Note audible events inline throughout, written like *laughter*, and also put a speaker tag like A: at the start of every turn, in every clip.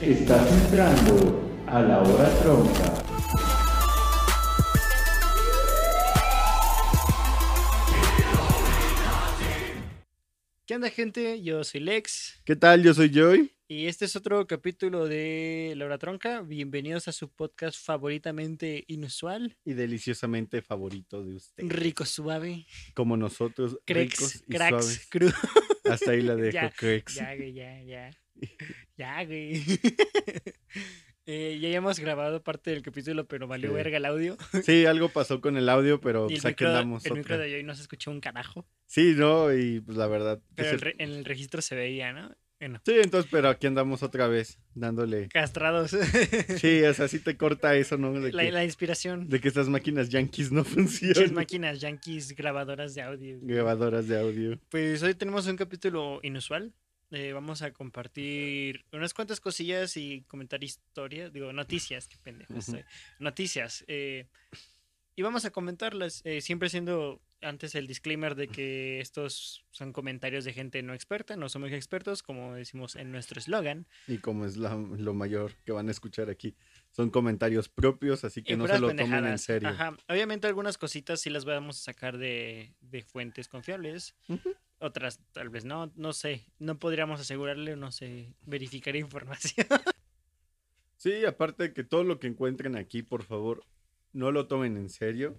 A: Estás entrando a la hora tronca.
B: ¿Qué onda, gente? Yo soy Lex
C: ¿Qué tal? Yo soy Joy.
B: y este es otro capítulo de La Hora Tronca. Bienvenidos a su podcast favoritamente inusual,
C: Y deliciosamente favorito de usted.
B: rico suave,
C: Como nosotros,
B: cracks,
C: ricos y
B: cracks,
C: suaves.
B: crudo.
C: Hasta
B: *laughs*
C: ahí la dejo,
B: Ya,
C: cracks.
B: Ya, güey, ya, ya. *laughs* Ya, güey. *laughs* Eh, ya habíamos grabado parte del capítulo, pero valió
C: Sí.
B: verga el audio.
C: Sí, algo pasó con el audio, pero
B: y el
C: pues aquí
B: micro,
C: andamos
B: el micro
C: otra.
B: de hoy no se escuchó un carajo,
C: Sí, no, y pues la verdad. que
B: pero
C: se-
B: el re- en el registro se veía, ¿no? Bueno,
C: Sí, entonces, pero aquí andamos otra vez, dándole.
B: castrados.
C: Sí, o sea, sí te corta eso, ¿no? De que,
B: *laughs* la, la inspiración.
C: de que estas máquinas yankees no
B: Muchas
C: funcionan.
B: máquinas yankees grabadoras de audio.
C: Grabadoras de audio.
B: Pues hoy tenemos un capítulo inusual. Eh, vamos a compartir unas cuantas cosillas y comentar historias, digo, noticias, qué pendejo
C: Ujú.
B: estoy. Noticias. eh, y vamos a comentarlas, eh, siempre siendo antes el disclaimer de que estos son comentarios de gente no experta, no somos expertos, como decimos en nuestro eslogan.
C: Y como es la- lo mayor que van a escuchar aquí, son comentarios propios, así que
B: Y
C: no se
B: puras
C: lo tomen en
B: pendejadas.
C: serio.
B: Ajá. Obviamente algunas cositas sí las vamos a sacar de, de fuentes confiables.
C: Ujú.
B: Otras tal vez no, no sé. No podríamos asegurarle, no sé, verificar
C: *laughs*
B: información.
C: Sí, aparte de que todo lo que encuentren aquí, por favor, no lo tomen en serio.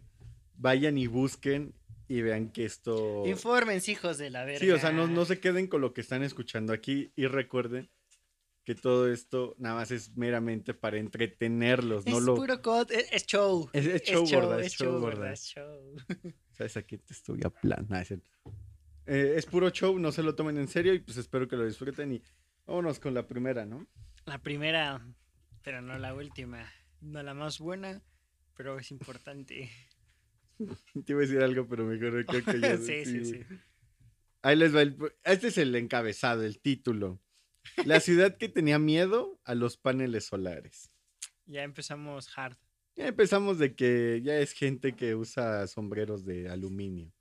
C: Vayan y busquen y vean que esto...
B: Infórmense, hijos de la
C: Oh.
B: verga.
C: Sí, o sea, no, no se queden con lo que están escuchando aquí y recuerden que todo esto nada más es meramente para entretenerlos,
B: Es
C: no lo...
B: puro cod, e, es, es show.
C: Es, es show, gorda, es show, gorda.
B: gorda, es show.
C: Sabes, aquí te estoy hablando. Ah, es cierto. Eh, es puro show, no se lo tomen en serio y pues espero que lo disfruten y vámonos con la primera, ¿no? *laughs*
B: La primera, pero no la última. No la más buena, pero es importante.
C: Te iba a decir algo, pero mejor creo que yo...
B: *laughs*
C: sí,
B: sí, sí, sí.
C: güey. Ahí les va. el- este es el encabezado, el título. La ciudad que tenía miedo a los paneles solares.
B: Ya empezamos hard.
C: Ya empezamos de que ya es gente que usa sombreros de aluminio.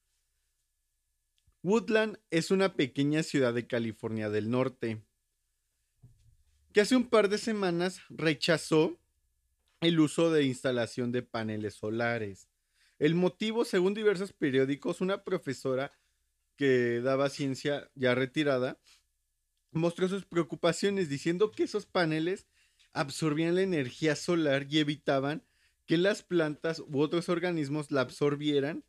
C: Woodland es una pequeña ciudad de California del Norte que hace un par de semanas rechazó el uso de instalación de paneles solares. El motivo, según diversos periódicos, una profesora que daba ciencia ya retirada mostró sus preocupaciones diciendo que esos paneles absorbían la energía solar y evitaban que las plantas u otros organismos la absorbieran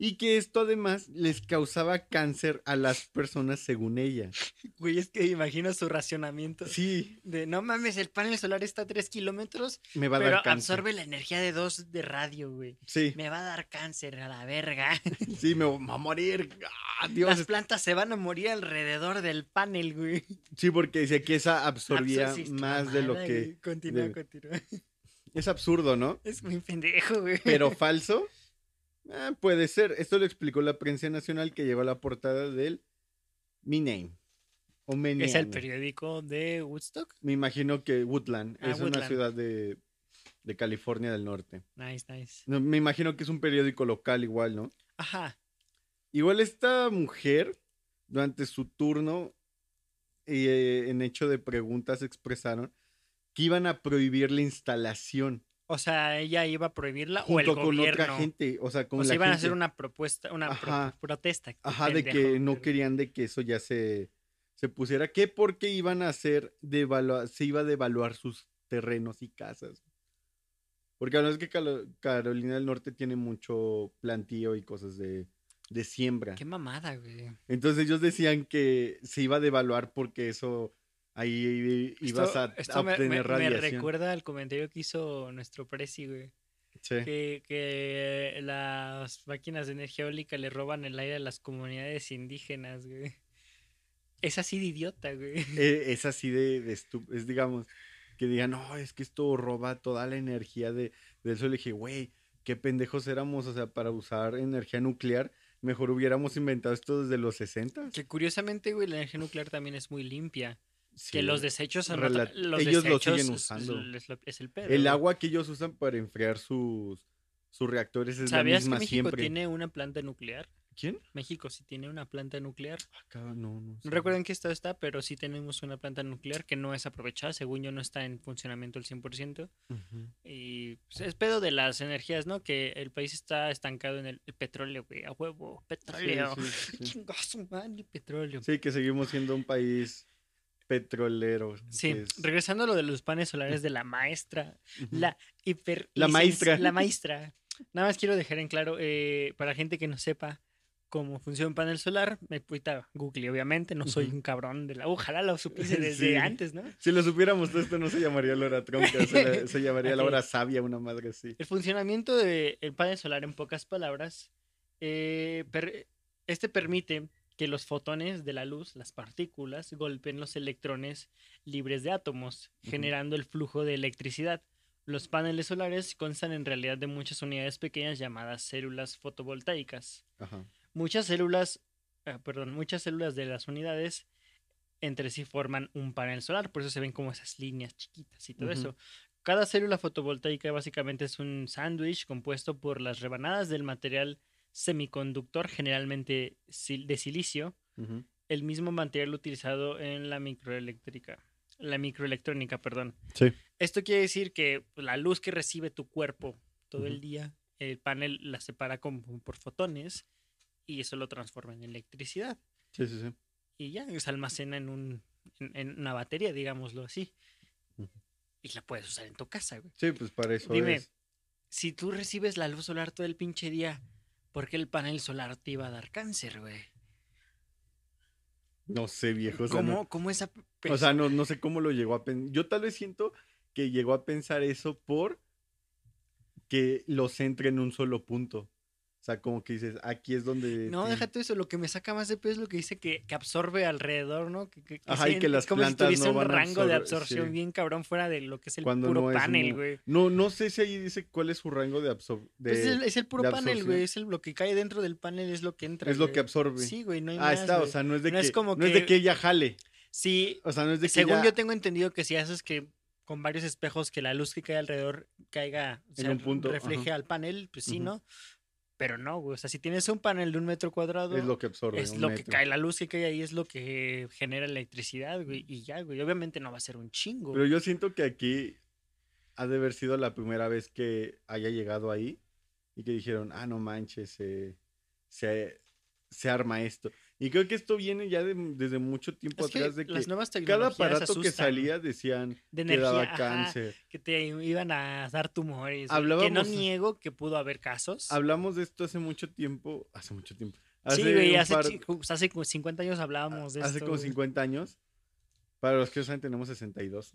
C: y que esto además les causaba cáncer a las personas según ella.
B: Güey, es que imagino su racionamiento.
C: Sí,
B: De no mames, el panel solar está a 3 kilómetros,
C: me va a
B: pero
C: dar cáncer.
B: absorbe la energía de 2 de radio, güey.
C: Sí,
B: Me va a dar cáncer a la verga.
C: sí, me va a morir. ¡Ah, *laughs* Dios,
B: Las plantas se van a morir alrededor del panel, güey.
C: Sí, porque decía que esa absorbía
B: Absurdo, sí, es
C: más de lo
B: mamada,
C: que...
B: güey. Continúa,
C: debe.
B: continúa. *laughs*
C: Es absurdo, ¿no?
B: Es muy pendejo, güey. *laughs*
C: Pero falso. Ah, puede ser. Esto lo explicó la prensa nacional que lleva la portada del Mi Name. O
B: Es el
C: Meniano.
B: periódico de Woodstock.
C: Me imagino que Woodland
B: Ah,
C: es una
B: Woodland.
C: ciudad de, de California del Norte.
B: Nice, nice.
C: No, me imagino que es un periódico local igual, ¿no?
B: Ajá.
C: Igual esta mujer, durante su turno, eh, en hecho de preguntas, expresaron que iban a prohibir la instalación
B: O sea, ella iba a prohibirla Ah, o el
C: junto con
B: gobierno.
C: otra gente. O sea, con
B: o sea,
C: la
B: iban a
C: gente.
B: hacer una propuesta, una pro-
C: Ajá.
B: protesta. qué
C: Ajá, de
B: pendejo,
C: que no
B: pero-
C: querían de que eso ya se, se pusiera. ¿Qué? Porque iban a hacer, devalua- se iba a devaluar sus terrenos y casas. Porque la verdad es que Calo- Carolina del Norte tiene mucho plantío y cosas de, de siembra.
B: Qué mamada, güey.
C: Entonces ellos decían que se iba a devaluar porque eso ahí ibas
B: Esto-
C: a,
B: esto
C: a
B: me-
C: obtener
B: me, me
C: radiación.
B: recuerda al comentario que hizo nuestro presi, güey.
C: Sí.
B: Que, que las máquinas de energía eólica le roban el aire a las comunidades indígenas, güey. Es así de idiota, güey.
C: Eh, es así de, de estu- es digamos, que digan, no, es que esto roba toda la energía de, del sol. Le dije, güey, qué pendejos éramos, o sea, para usar energía nuclear, mejor hubiéramos inventado esto desde los 60.
B: *laughs* Que curiosamente, güey, la energía nuclear también es muy limpia.
C: Sí.
B: que los desechos... son
C: Rela-
B: otra- los
C: ellos lo
B: desechos
C: siguen
B: es-
C: usando.
B: Es, lo- es el pedo.
C: El
B: güey.
C: agua que ellos usan para enfriar sus, sus reactores es la
B: ¿Sabías que
C: misma
B: México
C: siempre.
B: tiene una planta nuclear?
C: ¿Quién?
B: México sí tiene una planta nuclear.
C: Acá, no, no. sé.
B: No recuerdo en qué estado está, pero sí tenemos una planta nuclear que no es aprovechada. Según yo, no está en funcionamiento al 100%.
C: Ujú.
B: Y pues, es pedo de las energías, ¿no? Que el país está estancado en el, el petróleo, güey. A huevo, petróleo.
C: Sí,
B: *laughs*
C: sí, sí, sí.
B: Chingazo, man, el petróleo.
C: Sí, que seguimos siendo un país petrolero.
B: Sí,
C: que es-
B: regresando a lo de los panes solares de la maestra,
C: Ujú.
B: la hiper...
C: La
B: licen-
C: maestra.
B: La maestra. Nada más quiero dejar en claro, eh, para gente que no sepa cómo funciona un panel solar, me ahorita Google, obviamente, no soy
C: Ujú.
B: un cabrón de la... Ojalá lo supiese desde
C: *laughs* Sí.
B: antes, ¿no?
C: Si lo supiéramos, todo esto no se llamaría la hora tronca, se,
B: *laughs*
C: la- se llamaría la
B: Ok.
C: hora sabia, una madre así.
B: El funcionamiento del panel solar, en pocas palabras, eh, per- este permite que los fotones de la luz, las partículas, golpeen los electrones libres de átomos,
C: Ujú.
B: generando el flujo de electricidad. Los paneles solares constan en realidad de muchas unidades pequeñas llamadas células fotovoltaicas.
C: Ajá.
B: Muchas células, ah, perdón, muchas células de las unidades entre sí forman un panel solar, por eso se ven como esas líneas chiquitas y todo
C: Ujú.
B: eso. Cada célula fotovoltaica básicamente es un sándwich compuesto por las rebanadas del material semiconductor, generalmente sil- de silicio,
C: Ujú.
B: el mismo material utilizado en la microeléctrica, la microelectrónica, perdón.
C: Sí.
B: Esto quiere decir que pues, la luz que recibe tu cuerpo todo el
C: Ujú.
B: día, el panel la separa como por fotones y eso lo transforma en electricidad
C: Sí, sí, sí.
B: y ya se almacena en un en, en una batería, digámoslo así.
C: Ujú.
B: Y la puedes usar en tu casa, güey.
C: Sí, pues para eso
B: Dime,
C: es.
B: Si tú recibes la luz solar todo el pinche día, ¿por qué el panel solar te iba a dar cáncer, güey?
C: No sé, viejo. O sea,
B: ¿Cómo,
C: no,
B: cómo esa
C: Pues, o sea, no, no sé cómo lo llegó a pensar. Yo tal vez siento que llegó a pensar eso por que los centra en un solo punto. O sea, como que dices, aquí es donde...
B: No,
C: te-
B: déjate eso. Lo que me saca más de pedo es lo que dice que, que absorbe alrededor, ¿no? Que, que- que
C: Ajá, y
B: se-
C: que las
B: es como si
C: plantas
B: tuviese
C: no
B: un
C: van a
B: rango de
C: absorber,
B: absorción
C: sí.
B: bien cabrón fuera de lo que es el
C: Cuando
B: puro
C: no es
B: panel,
C: mu-
B: güey.
C: No, no sé si ahí dice cuál es su rango de absorción.
B: Pues es, el, es el puro
C: de
B: panel,
C: absorción.
B: güey. Es el, lo que cae dentro del panel, es lo que entra.
C: Es lo
B: güey.
C: que absorbe.
B: Sí, güey, no hay
C: ah,
B: más,
C: está,
B: güey.
C: o sea, no es de
B: No
C: que...
B: es como
C: No es de
B: que-
C: que ella jale.
B: Sí,
C: O sea, no es de que
B: según
C: ya-
B: yo tengo entendido que si haces que con varios espejos que la luz que cae alrededor caiga, o
C: En un punto,
B: refleje
C: ajá.
B: al panel, pues sí,
C: Ujú.
B: ¿no? Pero no, güey. O sea, si tienes un panel de un metro cuadrado,
C: Es lo que absorbe.
B: Es
C: un
B: lo que
C: metro.
B: cae, la luz que cae ahí es lo que genera electricidad, güey. Y ya, güey. Obviamente no va a ser un chingo.
C: Pero yo siento que aquí ha de haber sido la primera vez que haya llegado ahí y que dijeron, ah, no manches, eh, se, se arma esto. Y creo que esto viene ya de- desde mucho tiempo
B: es que
C: atrás de que
B: las nuevas
C: cada
B: tecnologías
C: aparato que
B: asustan,
C: salía decían
B: de
C: que
B: energía
C: daba
B: ajá,
C: cáncer.
B: que te iban a dar tumores. güey, Que no
C: Hablábamos-
B: niego que pudo haber casos.
C: Hablamos de esto hace mucho tiempo, hace mucho tiempo. Hace
B: sí, güey,
C: un
B: hace,
C: par-
B: chi- ju- hace como 50 años hablábamos de
C: hace
B: esto.
C: como
B: güey.
C: 50 años. Para los que no saben, tenemos 62.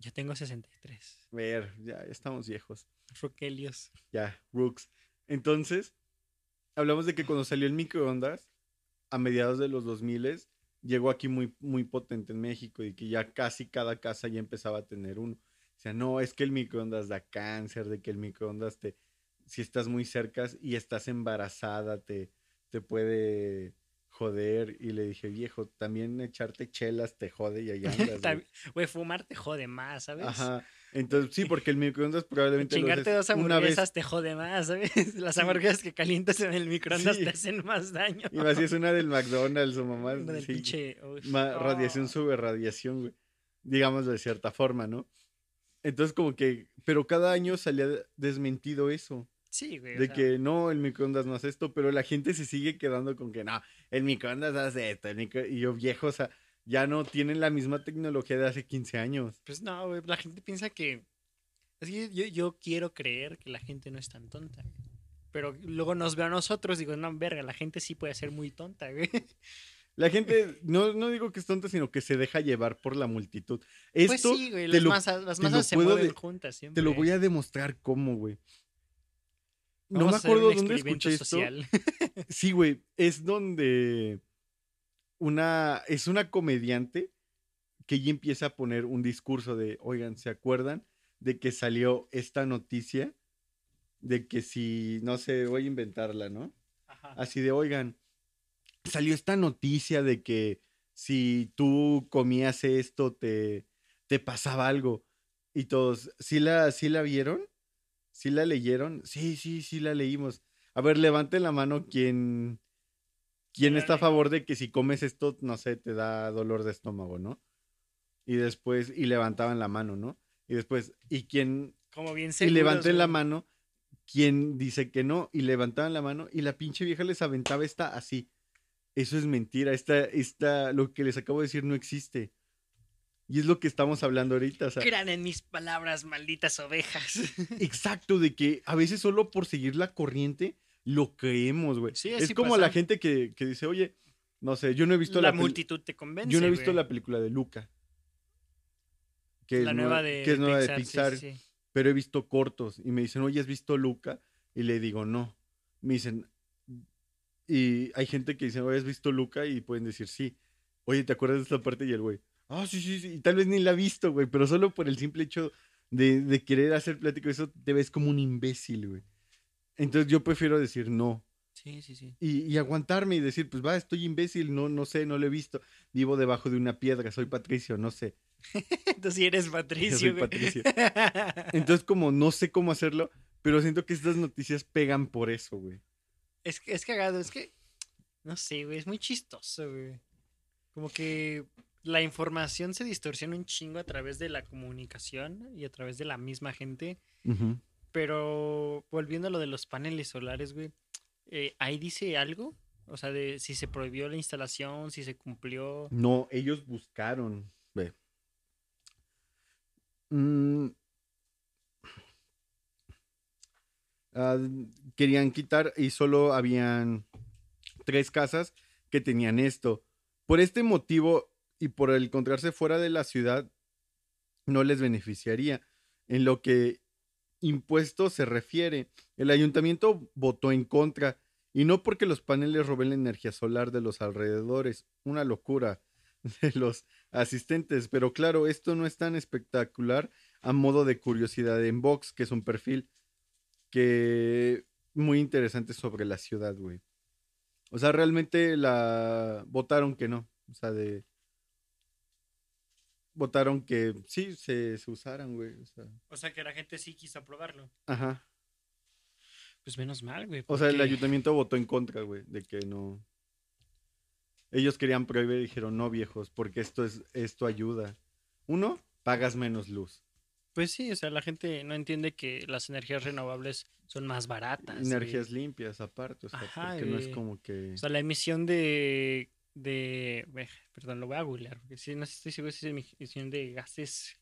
B: Yo tengo 63.
C: Ver, ya estamos viejos.
B: Roquelios.
C: Ya, Rooks. Entonces, hablamos de que cuando salió el microondas, a mediados de los 2000, llegó aquí muy, muy potente en México y que ya casi cada casa ya empezaba a tener uno. O sea, no, es que el microondas da cáncer, de que el microondas te, si estás muy cerca y estás embarazada, te, te puede joder. Y le dije, viejo, también echarte chelas te jode y allá andas. güey".
B: También- Güey, fumar te jode más, ¿sabes?
C: Ajá. Entonces, sí, porque el
B: *laughs*
C: microondas probablemente lo
B: Chingarte
C: haces
B: dos
C: una vez
B: hamburguesas te jode más, ¿sabes? *laughs* Las hamburguesas que calientas en el microondas
C: Sí.
B: te hacen más daño.
C: Y más si es una del McDonald's o mamá.
B: Lo del
C: sí,
B: pinche- uy,
C: ma-
B: no.
C: Radiación sobre radiación, güey. Digámoslo de cierta forma, ¿no? Entonces, como que. Pero cada año salía desmentido eso.
B: Sí, güey. o
C: De
B: sea,
C: que no, el microondas no hace esto, pero la gente se sigue quedando con que no, el microondas hace esto. el micro-". Y yo, viejo, o sea, ya no tienen la misma tecnología de hace 15 años.
B: Pues no, güey. La gente piensa que. Es que yo, yo quiero creer que la gente no es tan tonta, güey. Pero luego nos ve a nosotros, digo, no, verga, la gente sí puede ser muy tonta, güey. *laughs*
C: La
B: Pues
C: gente, no, no digo que es tonta, sino que se deja llevar por la multitud. Esto
B: pues sí, güey,
C: te
B: las
C: lo-
B: masas, las
C: te lo
B: masas se
C: puedo
B: mueven
C: de-
B: juntas siempre.
C: Te lo voy a demostrar cómo, güey. No
B: Vamos
C: me
B: a hacer
C: acuerdo
B: un
C: dónde
B: experimento
C: escuché esto.
B: social.
C: Sí, güey, es donde una es una comediante que ya empieza a poner un discurso de, "Oigan, ¿se acuerdan de que salió esta noticia de que si no sé, voy a inventarla, ¿no?
B: Ajá.
C: Así de, "Oigan, salió esta noticia de que si tú comías esto te te pasaba algo." Y todos, "¿Sí la sí la vieron? ¿Sí la leyeron? Sí, sí, sí la leímos." A ver, levanten la mano quien ¿Quién está a favor de que si comes esto, no sé, te da dolor de estómago, ¿no? Y después, y levantaban la mano, ¿no? Y después, ¿y quién?
B: Como bien
C: y
B: seguros,
C: levanten la
B: güey.
C: mano, ¿quién dice que no? Y levantaban la mano y la pinche vieja les aventaba esta así. Eso es mentira, esta, esta, lo que les acabo de decir no existe. Y es lo que estamos hablando ahorita, o sea,
B: Crean en mis palabras, malditas ovejas. *laughs*
C: Exacto, de que a veces solo por seguir la corriente lo creemos, güey.
B: Sí,
C: es
B: así
C: como
B: pasa.
C: la gente que, que dice, oye, no sé, yo no he visto la,
B: la
C: peli-
B: multitud te convence.
C: Yo no he visto
B: güey.
C: la película de Luca. Que
B: La
C: es
B: nueva de
C: que es nueva de
B: Pixar,
C: Pixar,
B: sí, sí, sí.
C: pero he visto cortos. Y me dicen, oye, ¿has visto Luca? Y le digo, no. Me dicen, y hay gente que dice, oye, ¿has visto Luca? Y pueden decir, sí. Oye, ¿te acuerdas de esta parte? Y el güey, ah, sí, sí, sí. Y tal vez ni la ha visto, güey, pero solo por el simple hecho de, de querer hacer plática, eso te ves como un imbécil, güey. Entonces yo prefiero decir no
B: Sí,
C: *laughs*
B: sí, sí.
C: y, y aguantarme y decir, pues va, estoy imbécil, no, no sé, no lo he visto, vivo debajo de una piedra, soy Patricio, no sé. *laughs*
B: Entonces sí eres Patricio.
C: Soy
B: güey.
C: Patricio. Entonces como no sé cómo hacerlo, pero siento que estas noticias pegan por eso, güey.
B: *laughs* es, que- es cagado, es que. No sé, güey. Es muy chistoso, güey. Como que la información se distorsiona un chingo a través de la comunicación y a través de la misma gente. Pero volviendo a lo de los paneles solares, güey. eh, ahí dice algo. O sea, de si se prohibió la instalación, si se cumplió.
C: No, ellos buscaron, ve. Mm. Ah, querían quitar y solo habían tres casas que tenían esto. Por este motivo y por el encontrarse fuera de la ciudad, no les beneficiaría. En lo que impuesto se refiere, el ayuntamiento votó en contra, y no porque los paneles roben la energía solar de los alrededores, una locura *laughs* de los asistentes, pero claro, esto no es tan espectacular a modo de curiosidad en Vox, que es un perfil que muy interesante sobre la ciudad, güey. O sea, realmente la votaron que no, o sea, de votaron que sí se, se usaran, güey, o sea,
B: O sea, que la gente sí quiso aprobarlo.
C: ajá.
B: Pues menos mal, güey.
C: O sea, el
B: porque-
C: ayuntamiento votó en contra, güey, de que no. Ellos querían prohibir y dijeron, no, viejos, porque esto es, esto ayuda. Uno, pagas menos luz.
B: Pues sí, o sea, la gente no entiende que las energías renovables son más baratas. güey.
C: Energías limpias, aparte, o sea,
B: Ah, Ajá,
C: porque no es
B: güey.
C: como que.
B: O sea, la emisión de. de eh, perdón, lo voy a googlear. Porque sí, no estoy seguro si es emisión de gases.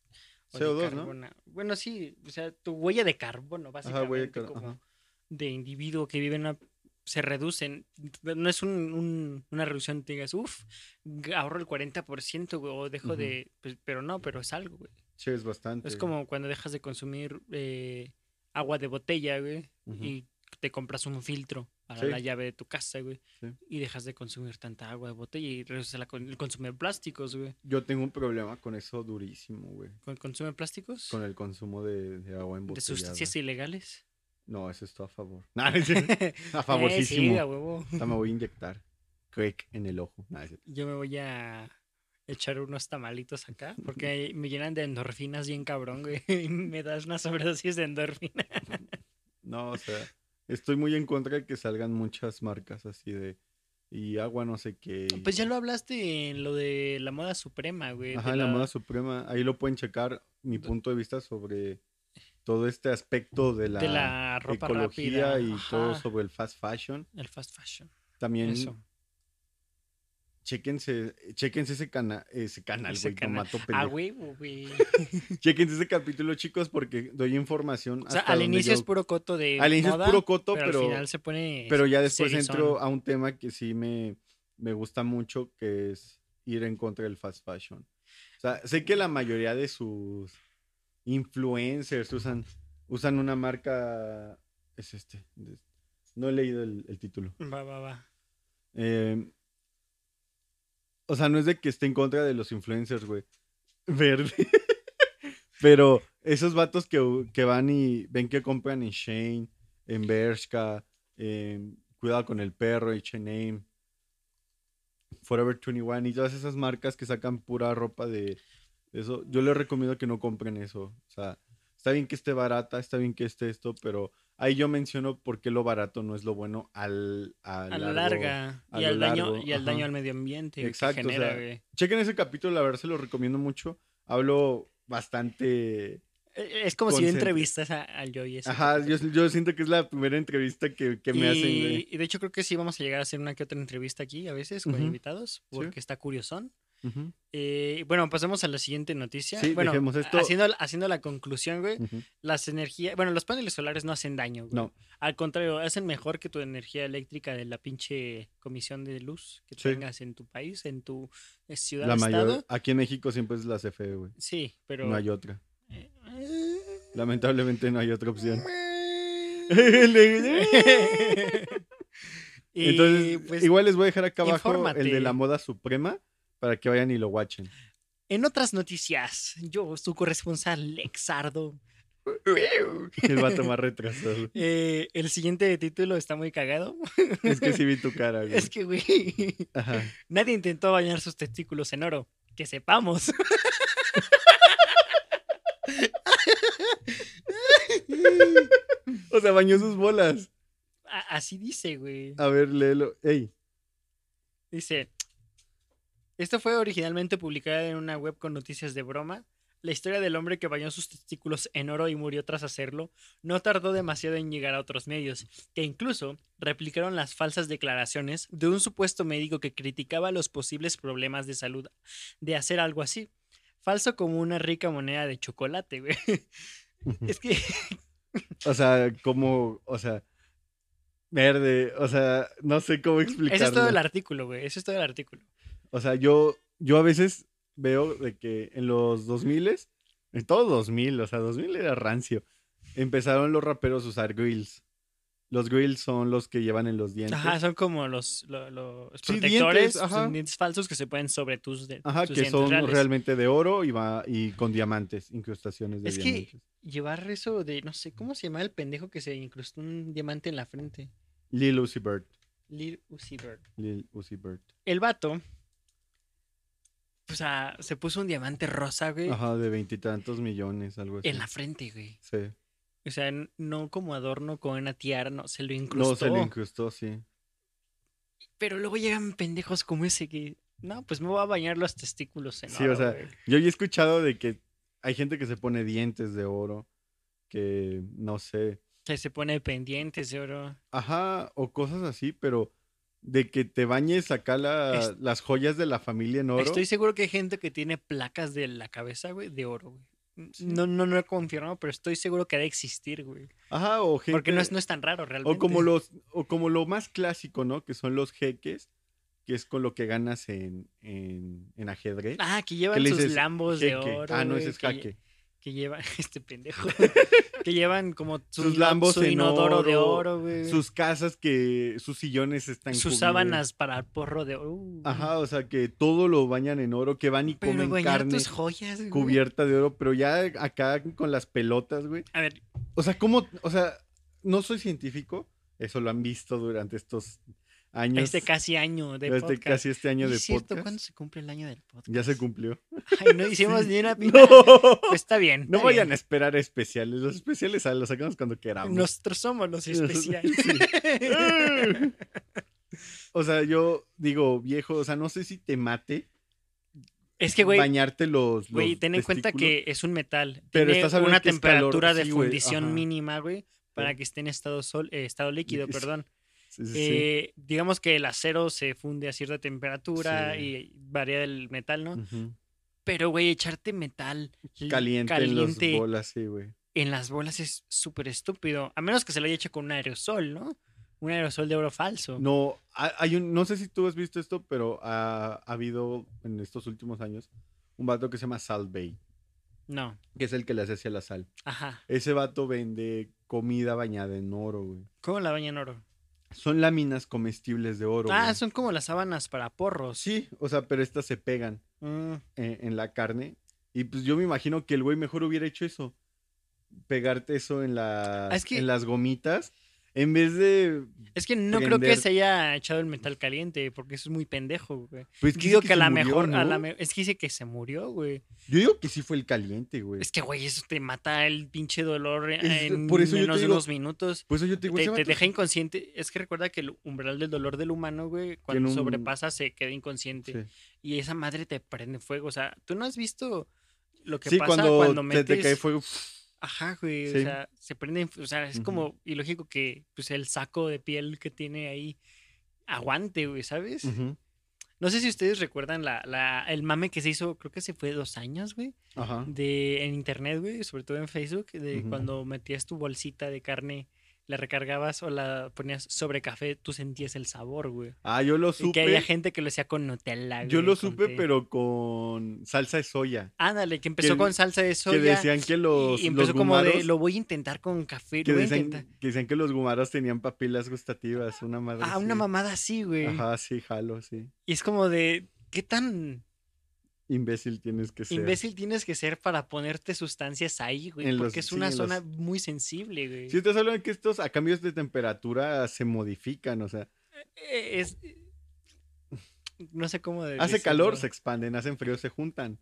B: o de
C: CO2, ¿no?
B: carbono. Bueno, sí, o sea, tu huella de carbono, básicamente,
C: huella de carbono,
B: como
C: ajá.
B: de individuo que vive en una. se reducen. No es un- un- una reducción, te digas, uff, ahorro el 40%, güey, o dejo
C: Ujú.
B: de. pues, pero no, pero es algo, güey.
C: Sí, es bastante.
B: Es como cuando dejas de consumir eh, agua de botella, güey,
C: Ujú.
B: y te compras un filtro para
C: Sí.
B: la llave de tu casa, güey,
C: Sí.
B: y dejas de consumir tanta agua de botella y reduces la con- el consumo de plásticos, güey.
C: Yo tengo un problema con eso durísimo, güey.
B: ¿Con el consumo de plásticos?
C: Con el consumo de, de agua
B: ¿De
C: embotellada.
B: sustancias ilegales?
C: *laughs* No, eso está a favor. *laughs* Nah, es-
B: *laughs*
C: a favorísimo.
B: Eh, sí, a huevo.
C: Hasta me voy a inyectar. Crack en el ojo. Nah, es-
B: Yo me voy a echar unos tamalitos acá porque me llenan de endorfinas bien cabrón, güey. *laughs* y me das una sobredosis de endorfina.
C: No, o sea, estoy muy en contra de que salgan muchas marcas así de. Y agua, no sé qué. y-
B: Pues ya lo hablaste en lo de la moda suprema, güey. de
C: Ajá, la moda suprema. Ahí lo pueden checar mi punto de vista sobre todo este aspecto de la,
B: de la ropa
C: ecología
B: rápida
C: y todo
B: ajá,
C: sobre el fast fashion.
B: el fast fashion
C: También
B: eso
C: chéquense, chéquense ese, cana- ese canal,
B: Ese
C: güey,
B: canal.
C: tomato
B: a
C: pendejo.
B: huevo Ah, güey
C: Chéquense ese capítulo, chicos, porque doy información
B: o sea
C: hasta
B: al
C: donde
B: inicio
C: yo-
B: es puro coto de
C: Al inicio es
B: moda,
C: puro coto,
B: pero,
C: pero-
B: al final se pone
C: Pero ya después
B: serizón.
C: entro a un tema que sí me, me gusta mucho, que es ir en contra del fast fashion. O sea, sé que la mayoría de sus influencers usan, usan una marca... Es este. de- no he leído el, el título.
B: va va va
C: Eh, o sea, no es de que esté en contra de los influencers, güey. Verde. *laughs* Pero esos vatos que, que van y ven que compran en Shane, en Bershka, en Cuidado con el Perro, H&M, Forever 21 y todas esas marcas que sacan pura ropa de eso, yo les recomiendo que no compren eso. O sea, está bien que esté barata, está bien que esté esto, pero Ahí yo menciono por qué lo barato no es lo bueno al, al
B: a la
C: largo.
B: larga
C: a
B: y
C: lo
B: al daño
C: largo,
B: y al daño
C: ajá.
B: al medio ambiente güey,
C: Exacto,
B: que
C: o sea,
B: genera, güey.
C: Chequen ese capítulo, la verdad se lo recomiendo mucho. Hablo bastante.
B: Eh, Es como si yo
C: consciente.
B: entrevistas a- al yo y eso.
C: Ajá, yo, yo siento que es la primera entrevista que, que me
B: y,
C: hacen. güey.
B: y de hecho creo que sí vamos a llegar a hacer una que otra entrevista aquí a veces con
C: Ujú.
B: invitados porque está curiosón.
C: Ujú,
B: Eh, bueno, pasamos a la siguiente noticia.
C: Sí,
B: bueno,
C: dejemos esto.
B: Haciendo, haciendo la conclusión, güey,
C: ujú.
B: las energías, bueno, los paneles solares no hacen daño, güey.
C: No,
B: Al contrario, hacen mejor que tu energía eléctrica de la pinche comisión de luz que
C: Sí.
B: tengas en tu país, en tu eh, ciudad,
C: la
B: estado.
C: mayor. Aquí en México siempre es la CFE, güey.
B: Sí, pero
C: No hay otra.
B: eh, eh,
C: Lamentablemente no hay otra opción.
B: *laughs*
C: *laughs*
B: Y,
C: Entonces,
B: pues,
C: igual les voy a dejar acá abajo el de
B: infórmate.
C: la moda suprema para que vayan y lo watchen. *laughs*
B: en otras noticias, yo, su corresponsal Lexardo.
C: El vato más retrasado.
B: Eh, el siguiente título está muy cagado. *laughs*
C: Es que sí vi tu cara, güey.
B: Es que, güey, *laughs*
C: Ajá.
B: nadie intentó bañar sus testículos en oro. Que sepamos.
C: O sea, bañó sus bolas.
B: A- así dice, güey.
C: A ver, léelo. Ey,
B: Dice, esto fue originalmente publicado en una web con noticias de broma. La historia del hombre que bañó sus testículos en oro y murió tras hacerlo no tardó demasiado en llegar a otros medios, que incluso replicaron las falsas declaraciones de un supuesto médico que criticaba los posibles problemas de salud de hacer algo así. Falso como una rica moneda de chocolate, güey. *laughs* Es que
C: o sea, como, o sea, verde, o sea, no sé cómo
B: ese es todo el
C: explicarlo.
B: artículo, güey. Ese es todo el artículo.
C: O sea, yo, yo a veces veo de que en los 2000, en todo 2000, o sea, 2000 era rancio, empezaron los raperos a usar grills. Los grills son los que llevan en los dientes.
B: Ajá, son como los, lo- los
C: Sí, dientes,
B: protectores,
C: ajá.
B: son dientes falsos que se ponen sobre tus, de,
C: Ajá,
B: tus
C: que
B: dientes
C: son
B: reales.
C: realmente de oro y va y con diamantes, incrustaciones de
B: Es que-
C: diamantes.
B: Llevar eso de, no sé, ¿cómo se llama el pendejo que se incrustó un diamante en la frente?
C: Lil Uzi Vert.
B: Lil Uzi Vert.
C: Lil Uzi Vert.
B: El vato, o sea, se puso un diamante rosa, güey,
C: Ajá, pues de veintitantos millones, algo así.
B: en la frente, güey.
C: Sí.
B: O sea, n- no como adorno con una tiara, no, se lo incrustó.
C: No, se le incrustó, sí.
B: Pero luego llegan pendejos como ese que, no, pues me voy a bañar los testículos en
C: Sí,
B: oro,
C: o sea,
B: güey.
C: Yo había escuchado de que hay gente que se pone dientes de oro, que no sé.
B: Que se pone pendientes de oro.
C: Ajá, o cosas así, pero de que te bañes acá la-
B: Es-
C: las joyas de la familia en oro.
B: Estoy seguro que hay gente que tiene placas de la cabeza, güey, de oro, güey. N-
C: Sí.
B: No, no, no he confirmado, pero estoy seguro que ha de existir, güey.
C: Ajá, o gente.
B: Porque no es, no es tan raro realmente.
C: O como los, o como lo más clásico, ¿no? Que son los jeques, que es con lo que ganas en, en, en ajedrez.
B: Ah, que llevan
C: que le
B: sus
C: dices
B: lambos de
C: Jeque.
B: oro.
C: ah, no,
B: güey,
C: ese es
B: que lle-
C: jaque.
B: Que llevan, *laughs* este
C: *laughs*
B: pendejo. que llevan como su
C: Sus
B: ino-
C: lambos
B: su
C: en
B: inodoro de
C: oro,
B: oro, güey. Sus,
C: Sus casas que sus sillones están cubiertos.
B: sábanas para porro de oro. Uh,
C: Ajá, o sea que todo lo bañan en oro, que van y
B: Pero
C: comen
B: bañar
C: carne
B: tus joyas, güey.
C: cubierta de oro, pero ya acá con las pelotas, güey.
B: A ver,
C: O sea, ¿cómo? O sea, no soy científico, eso lo han visto durante estos años.
B: este casi año de
C: este
B: podcast.
C: casi este año
B: Y
C: de
B: es cierto,
C: podcast.
B: ¿cuándo se cumple el año del podcast?
C: Ya se cumplió.
B: Ay, no hicimos ni una Pues
C: No,
B: Está bien.
C: no
B: está
C: vayan
B: bien.
C: a esperar especiales. Los especiales ah, los sacamos cuando queramos.
B: Nosotros somos los especiales.
C: *laughs* O sea, yo digo, viejo, o sea, no sé si te mate
B: *laughs* es que, güey,
C: bañarte los.
B: güey,
C: los
B: ten en cuenta
C: testículos.
B: que es un metal.
C: Pero
B: Tiene
C: estás hablando
B: una
C: que es calor,
B: temperatura de
C: sí, güey,
B: fundición
C: ajá.
B: mínima, güey, para que esté en estado, sol, eh, estado líquido,
C: Sí, sí,
B: perdón.
C: Sí, sí, sí.
B: Eh, digamos que el acero se funde a cierta temperatura
C: Sí.
B: y varía el metal, ¿no?
C: Ujú.
B: Pero, güey, echarte metal l-
C: Caliente, en
B: caliente
C: las bolas, sí, güey.
B: en las bolas es súper estúpido. A menos que se lo haya hecho con un aerosol, ¿no? Un aerosol de oro falso.
C: No, ha- hay un, no sé si tú has visto esto, pero ha, ha habido en estos últimos años un vato que se llama Salt Bay,
B: No.
C: que es el que le hace hacia la sal.
B: Ajá.
C: Ese vato vende comida bañada en oro, güey.
B: ¿Cómo la bañan oro?
C: Son láminas comestibles de oro.
B: Ah,
C: güey.
B: son como las sábanas para porros.
C: Sí, o sea, pero estas se pegan
B: Mm,
C: en, en la carne. Y pues yo me imagino que el güey mejor hubiera hecho eso. Pegarte eso en, las
B: Ah, es que-
C: en las gomitas. En vez de.
B: Es que no creo
C: Prender.
B: que se haya echado el metal caliente, porque eso es muy pendejo, güey.
C: Pues
B: Yo
C: dice
B: digo que, a
C: se
B: la
C: murió,
B: mejor,
C: ¿no?
B: a la me- es que dice que se murió, güey.
C: Yo digo que sí fue el caliente, güey.
B: Es que, güey, eso te mata el pinche dolor
C: Es-
B: en
C: por eso yo te
B: menos de
C: digo,
B: unos minutos.
C: Por eso yo te
B: Te,
C: digo, ese
B: te
C: vato-
B: deja inconsciente. Es que recuerda que el umbral del dolor del humano, güey, cuando
C: un-
B: sobrepasa se queda inconsciente.
C: Sí.
B: Y esa madre te prende fuego. O sea, tú no has visto lo que
C: Sí,
B: pasa
C: cuando,
B: cuando,
C: se
B: metes...
C: te cae fuego. pff,
B: Ajá, güey.
C: Sí.
B: O sea, se prende. en- O sea, es
C: Ujú.
B: como ilógico que pues, el saco de piel que tiene ahí aguante, güey, ¿sabes?
C: ujú,
B: No sé si ustedes recuerdan la, la- el mame que se hizo, creo que se fue dos años, güey,
C: Ajá.
B: de, en internet, güey, sobre todo en Facebook, de
C: Ujú.
B: cuando metías tu bolsita de carne, la recargabas o la ponías sobre café, tú sentías el sabor, güey.
C: Ah, yo lo
B: Y que había
C: supe.
B: gente que lo hacía con Nutella, güey.
C: Yo lo
B: con
C: supe,
B: té.
C: pero con salsa de soya.
B: Ándale, que empezó
C: que-
B: con salsa de
C: Que
B: soya.
C: decían que los.
B: y empezó
C: los
B: como de,
C: gumaros-
B: lo voy a intentar con café,
C: que
B: lo voy a
C: decían,
B: intentar.
C: que decían que los gumaros tenían papilas gustativas, una madre.
B: Ah, una
C: así.
B: mamada así, güey.
C: Ajá, sí, jalo, sí.
B: Y es como de, ¿qué tan
C: Imbécil tienes que ser.
B: imbécil tienes que ser para ponerte sustancias ahí, güey?
C: En los-
B: Porque es
C: sí,
B: una
C: en los-
B: zona muy sensible, güey.
C: Si estás hablando de que estos a cambios de temperatura se modifican, o sea,
B: Eh, Es... No sé cómo de-
C: hace
B: decirlo.
C: calor, se expanden, hacen frío, se
B: *laughs*
C: juntan.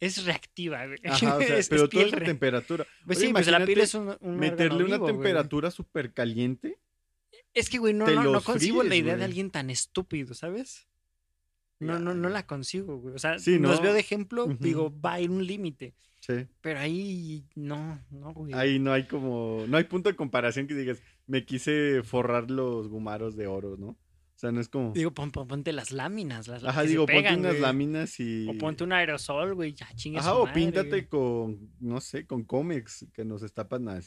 B: Es reactiva, güey.
C: Ajá,
B: *laughs*
C: o sea,
B: es, es
C: pero toda
B: piel
C: esa
B: re-
C: temperatura.
B: Pues
C: Oye,
B: sí, pues la piel
C: imagínate
B: es un, un
C: Meterle
B: órgano
C: una
B: vivo, güey.
C: temperatura súper caliente.
B: Es que, güey, no,
C: te
B: no, no
C: los
B: concibo la
C: fríes,
B: idea de
C: güey.
B: alguien tan estúpido, ¿sabes? No, no, no la consigo, güey. O sea,
C: Sí,
B: los
C: ¿no?
B: veo de ejemplo,
C: Ujú.
B: digo, va a ir un límite.
C: Sí.
B: Pero ahí no, no, güey.
C: Ahí no hay como, no hay punto de comparación que digas, me quise forrar los gumaros de oro, ¿no? O sea, no es como,
B: Digo, pon- pon- ponte las láminas. Las,
C: ajá,
B: que se
C: digo,
B: pegan,
C: ponte unas
B: güey.
C: láminas y...
B: O ponte un aerosol, güey, ya chingues.
C: Ajá, o píntate con, no sé, con cómics que nos estapan a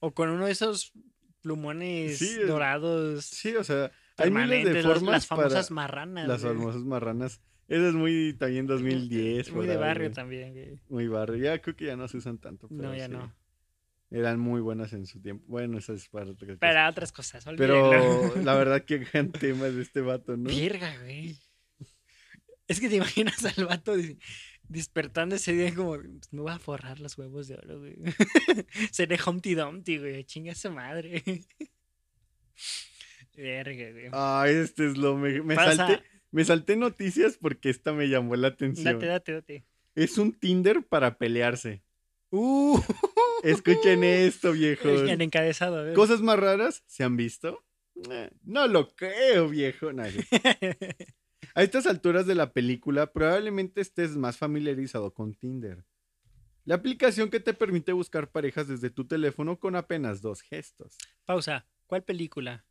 B: O con uno de esos plumones
C: Sí, es-
B: dorados.
C: Sí, o sea, hay miles
B: permanentes,
C: de
B: las-
C: formas
B: las, famosas
C: para
B: marranas.
C: las
B: güey. *laughs*
C: famosas marranas. Eso es muy también 2010.
B: Muy
C: por
B: de
C: ahí,
B: barrio
C: güey.
B: también, güey.
C: Muy barrio. Ya creo que ya no se usan tanto.
B: No,
C: pero
B: ya
C: sí,
B: no.
C: Eran muy buenas en su tiempo. Bueno, esas es para otra cosa.
B: Para otras cosas, olvídalo.
C: Pero la verdad que gran tema es de este vato,
B: *laughs*
C: ¿no?
B: Verga, güey. Es que te imaginas al vato dis- despertando ese día como, "Pues me voy a forrar los huevos de oro, güey. *laughs* Seré Humpty Dumpty, güey. Chinga su madre. Verga, güey.
C: Ay, este es lo mejor. Me
B: Pasa.
C: salté, me salté noticias porque esta me llamó la atención.
B: Date, date, date.
C: Es un Tinder para pelearse.
B: Uh, *laughs*
C: Escuchen esto, viejos.
B: el encabezado, a ver.
C: ¿Cosas más raras se han visto? Eh, No lo creo, viejo. No,
B: *laughs*
C: sí. A estas alturas de la película, probablemente estés más familiarizado con Tinder. La aplicación que te permite buscar parejas desde tu teléfono con apenas dos gestos.
B: Pausa. ¿Cuál película?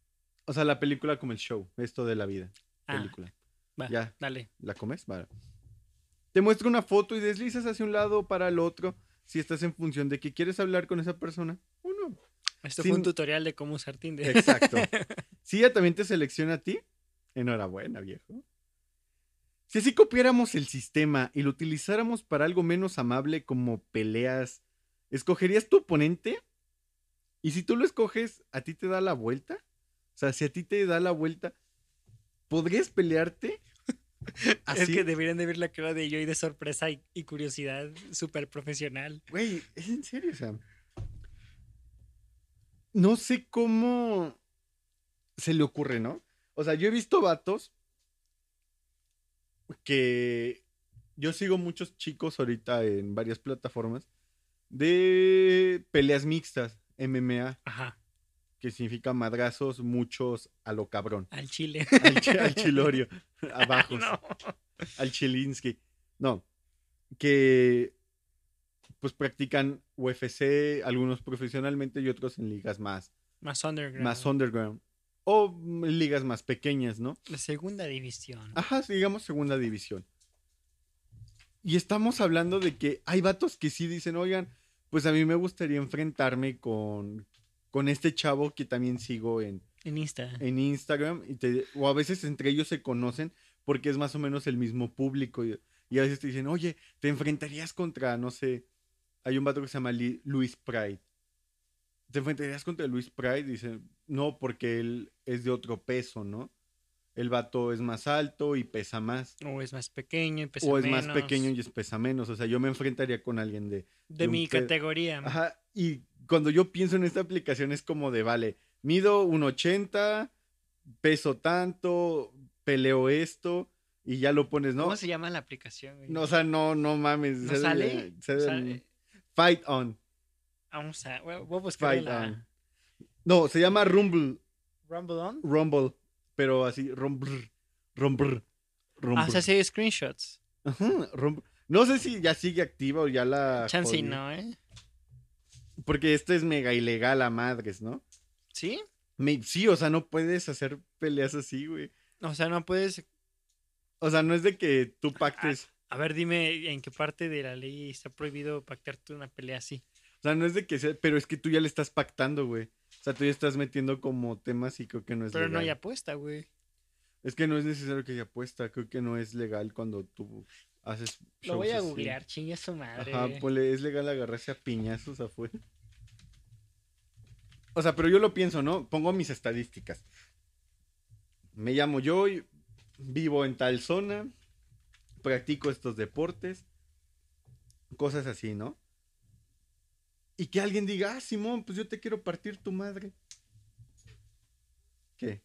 C: O sea, la película como el show, esto de la vida.
B: Ah,
C: Película.
B: va,
C: ya.
B: Dale.
C: ¿La comes? Vale. Te muestra una foto y deslizas hacia un lado para el otro si estás en función de que quieres hablar con esa persona o no.
B: Esto
C: Sin-
B: fue un tutorial de cómo usar
C: *laughs*
B: Tinder.
C: Exacto. Si ella también te selecciona a ti, enhorabuena, viejo. Si así copiáramos el sistema y lo utilizáramos para algo menos amable como peleas, ¿escogerías tu oponente? Y si tú lo escoges, ¿a ti te da la vuelta? O sea, si a ti te da la vuelta, ¿podrías pelearte?
B: *laughs* Es
C: Así,
B: que deberían de ver la cara de yo y de sorpresa y, y curiosidad súper profesional.
C: güey, es en serio, o sea. No sé cómo se le ocurre, ¿no? O sea, yo he visto vatos que yo sigo muchos chicos ahorita en varias plataformas de peleas mixtas, MMA,
B: Ajá,
C: que significa madrazos muchos a lo cabrón,
B: al chile. *laughs*
C: al, chi- al chilorio, *laughs* abajo,
B: No.
C: al chilinsky. No, que pues practican UFC, algunos profesionalmente y otros en ligas más,
B: Más underground.
C: más underground o mm, ligas más pequeñas, ¿no?
B: La segunda división.
C: Ajá, sí, digamos segunda división. Y estamos hablando de que hay vatos que sí dicen, oigan, pues a mí me gustaría enfrentarme con, con este chavo que también sigo en,
B: En Insta.
C: en Instagram. Y te- o a veces entre ellos se conocen porque es más o menos el mismo público. Y, y a veces te dicen, oye, te enfrentarías contra, no sé, hay un vato que se llama Li- Luis Pride. ¿Te enfrentarías contra Luis Pride? Dicen, no, porque él es de otro peso, ¿no? El vato es más alto y pesa más.
B: O es más pequeño, y pesa
C: o es más
B: menos.
C: pequeño y es pesa menos. O sea, yo me enfrentaría con alguien de...
B: De
C: un
B: mi
C: pe-
B: categoría.
C: Ajá, y cuando yo pienso en esta aplicación es como de, vale, mido 1,80, peso tanto, peleo esto, y ya lo pones, ¿no?
B: ¿Cómo se llama la aplicación? güey?
C: No, o sea, no, no mames.
B: ¿No
C: se-
B: sale?
C: se-
B: O sea, eh,
C: Fight on.
B: Vamos a. Voy a- voy a buscar
C: Fight
B: la.
C: on. No, se llama Rumble.
B: Rumble On.
C: Rumble. Pero así, Rumble. Rumble. Rumble.
B: Ah, se hace screenshots.
C: Ajá, Rumble. No sé si ya sigue activa o ya la.
B: Chance y
C: jodí.
B: no, ¿eh?
C: Porque esto es mega ilegal a madres, ¿no?
B: ¿Sí?
C: Me- sí, o sea, no puedes hacer peleas así, güey.
B: O sea, no puedes.
C: O sea, no es de que tú pactes.
B: A ver, dime en qué parte de la ley está prohibido pactarte una pelea así.
C: O sea, no es de que sea. Pero es que tú ya le estás pactando, güey. O sea, tú ya estás metiendo como temas y creo que no es
B: Pero no
C: legal.
B: hay apuesta, güey.
C: Es que no es necesario que haya apuesta. Creo que no es legal cuando tú haces.
B: Lo voy a
C: shows así.
B: googlear, chingue su madre.
C: Ajá, pues. ponle, es legal agarrarse a piñazos afuera. O sea, pero yo lo pienso, ¿no? Pongo mis estadísticas. Me llamo yo, y vivo en tal zona, practico estos deportes, cosas así, ¿no? Y que alguien diga, ah, Simón, pues yo te quiero partir tu madre. ¿Qué?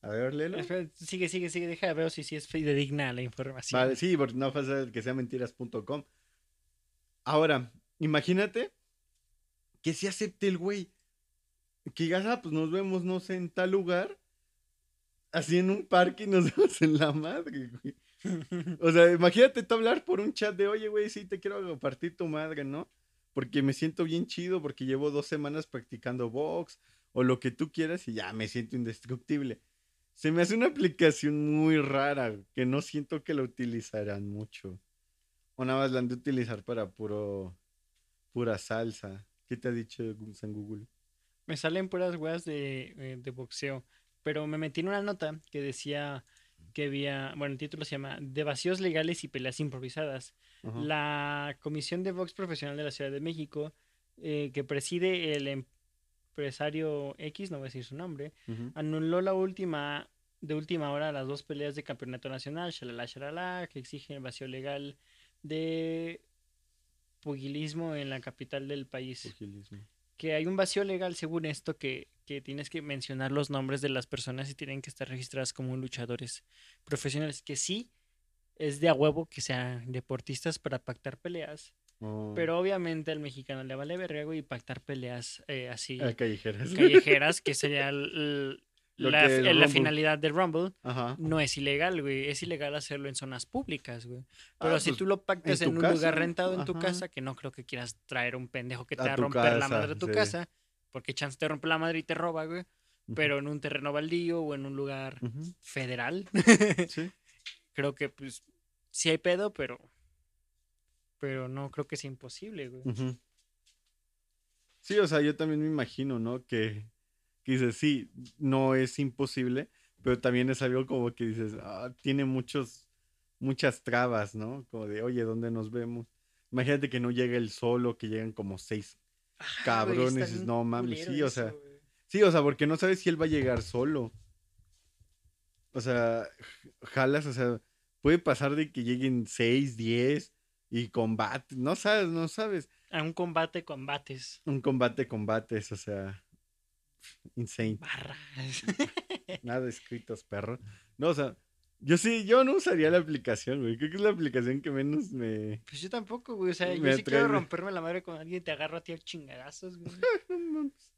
C: A ver, léelo.
B: Espera, Sigue, sigue, sigue. Deja ver si, si es fidedigna la información.
C: Vale, sí, porque no pasa que sea mentiras.com. Ahora, imagínate que si acepte el güey. Que digas, ah, pues nos vemos, no sé, en tal lugar. Así en un parque y nos *laughs* vemos en la madre, güey. O sea, imagínate tú hablar por un chat de, oye, güey, sí, te quiero compartir tu madre, ¿no? Porque me siento bien chido, porque llevo dos semanas practicando box o lo que tú quieras y ya me siento indestructible. Se me hace una aplicación muy rara que no siento que la utilizarán mucho. O nada más la han de utilizar para puro pura salsa. ¿Qué te ha dicho Gu- San Google?
B: Me salen puras weas de, eh, de boxeo. Pero me metí en una nota que decía que había. Bueno, el título se llama De vacíos legales y peleas improvisadas.
C: Ajá.
B: La Comisión de Box Profesional de la Ciudad de México, eh, que preside el empresario X, no voy a decir su nombre,
C: Ujú.
B: anuló la última, de última hora las dos peleas de campeonato nacional, shalala, shalala, que exigen el vacío legal de pugilismo en la capital del país.
C: Pugilismo.
B: Que hay un vacío legal según esto que, que tienes que mencionar los nombres de las personas y tienen que estar registradas como luchadores profesionales, que sí es de a huevo que sean deportistas para pactar peleas,
C: Oh,
B: pero obviamente al mexicano le vale verga, güey, y pactar peleas eh, así
C: *laughs* ah, callejeras.
B: callejeras, que sería el-
C: Lo
B: la,
C: que el
B: la
C: Rumble.
B: finalidad del Rumble,
C: Ajá.
B: no es ilegal, güey. Es ilegal hacerlo en zonas públicas, güey. Pero
C: Ah,
B: si
C: pues,
B: tú lo pactas
C: en
B: en,
C: tu
B: un
C: casa,
B: lugar rentado en tu
C: ajá.
B: casa, que no creo que quieras traer un pendejo que te
C: A
B: va a
C: tu
B: romper la
C: casa,
B: madre de tu
C: sí.
B: casa, porque chance te rompe la madre y te roba, güey.
C: Ujú.
B: Pero en un terreno baldío o en un lugar *laughs*
C: Ujú.
B: federal,
C: Sí.
B: creo que pues sí hay pedo, pero pero no creo que sea imposible, güey.
C: Ujú. Sí, o sea, yo también me imagino, ¿no? Que, que dices, sí, no es imposible, pero también es algo como que dices, "Ah, tiene muchos, muchas trabas, ¿no? Como de, oye, ¿dónde nos vemos? Imagínate que no llega el solo, que llegan como seis.
B: Ah,
C: Cabrón,
B: Cabrones,
C: dices, no mames, sí, o sea, Sí, o sea, porque no sabes si él va a llegar solo. O sea, j- jalas, o sea, puede pasar de que lleguen seis, diez y combate. No sabes, no sabes.
B: A un combate combates.
C: Un combate, combates, o sea,
B: *laughs*
C: insane.
B: Barras.
C: Nada escritos, perro. No, o sea, yo sí, yo no usaría la aplicación, güey. Creo que es la aplicación que menos me.
B: Pues yo tampoco, güey. O sea, yo
C: Me
B: sí quiero
C: atrae.
B: romperme la madre con alguien y te agarro a ti a chingadazos, güey.
C: No mames.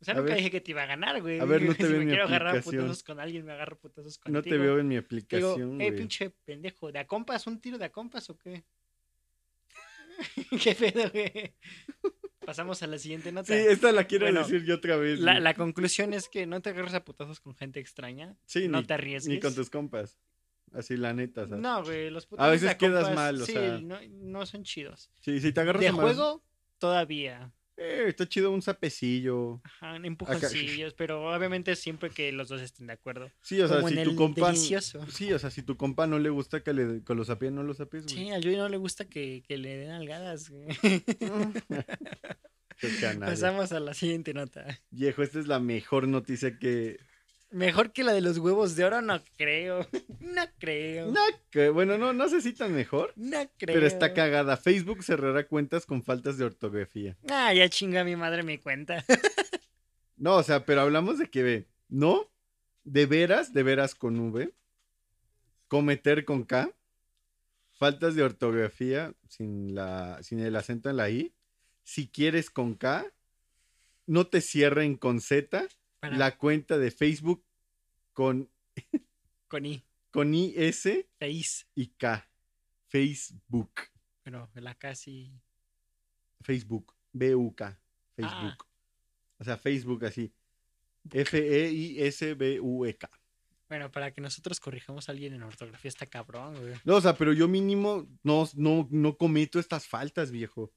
B: O sea,
C: A
B: nunca
C: ver.
B: dije que te iba a ganar, güey.
C: A ver, no
B: Yo,
C: te
B: *laughs*
C: veo
B: si me
C: en mi
B: quiero agarrar a
C: aplicación.
B: putazos con alguien, me agarro a putazos
C: No
B: contigo.
C: te veo en mi
B: Te Digo,
C: aplicación,
B: eh,
C: güey.
B: pinche pendejo, ¿de a compas un tiro de a compas o qué? *laughs* ¿Qué pedo, güey? Pasamos a la siguiente nota.
C: Sí, esta la quiero
B: Bueno,
C: decir yo otra vez.
B: la,
C: güey.
B: la conclusión es que no te agarres a putazos con gente extraña.
C: sí,
B: no
C: ni,
B: te arriesgues.
C: ni con tus compas. Así, la neta, ¿sabes?
B: No, güey, los putazos
C: veces
B: de
C: quedas
B: compas,
C: mal, o
B: sí,
C: sea.
B: no, no son chidos.
C: Sí, si te agarras
B: De
C: a madrazos-
B: juego, todavía.
C: Eh, está chido un sapecillo.
B: Ajá, empujoncillos, pero obviamente siempre que los dos estén de acuerdo.
C: Sí, o sea,
B: Como
C: si
B: en
C: tu
B: el
C: compa.
B: delicioso.
C: Sí, o sea, si tu compa no le gusta que, le, que lo sapien, no lo sapies,
B: Sí,
C: güey.
B: al Yuri no le gusta que, que le den algadas. güey.
C: *laughs* Qué
B: *laughs*
C: canalla.
B: Pasamos a la siguiente nota.
C: Viejo, esta es la mejor noticia que.
B: Mejor que la de los huevos de oro, no creo. No creo.
C: No,
B: No,
C: que- bueno, no, no sé si tan mejor,
B: creo.
C: pero está cagada. Facebook cerrará cuentas con faltas de ortografía.
B: Ah, ya chinga mi madre mi cuenta.
C: No, o sea, pero hablamos de que ve, ¿no? De veras, de veras con V. Cometer con K. Faltas de ortografía sin, la, sin el acento en la I. Si quieres con K. No te cierren con Z.
B: Para-
C: La cuenta de Facebook con,
B: Con I,
C: con IS
B: face,
C: y K. Facebook.
B: pero la casi.
C: Facebook. B-U-K. Facebook.
B: Ah.
C: O sea, Facebook así. E F-E-I-S-B-U-E-K.
B: Bueno, para que nosotros corrijamos a alguien en ortografía está cabrón, güey.
C: No, o sea, pero yo mínimo no, no, no cometo estas faltas, viejo.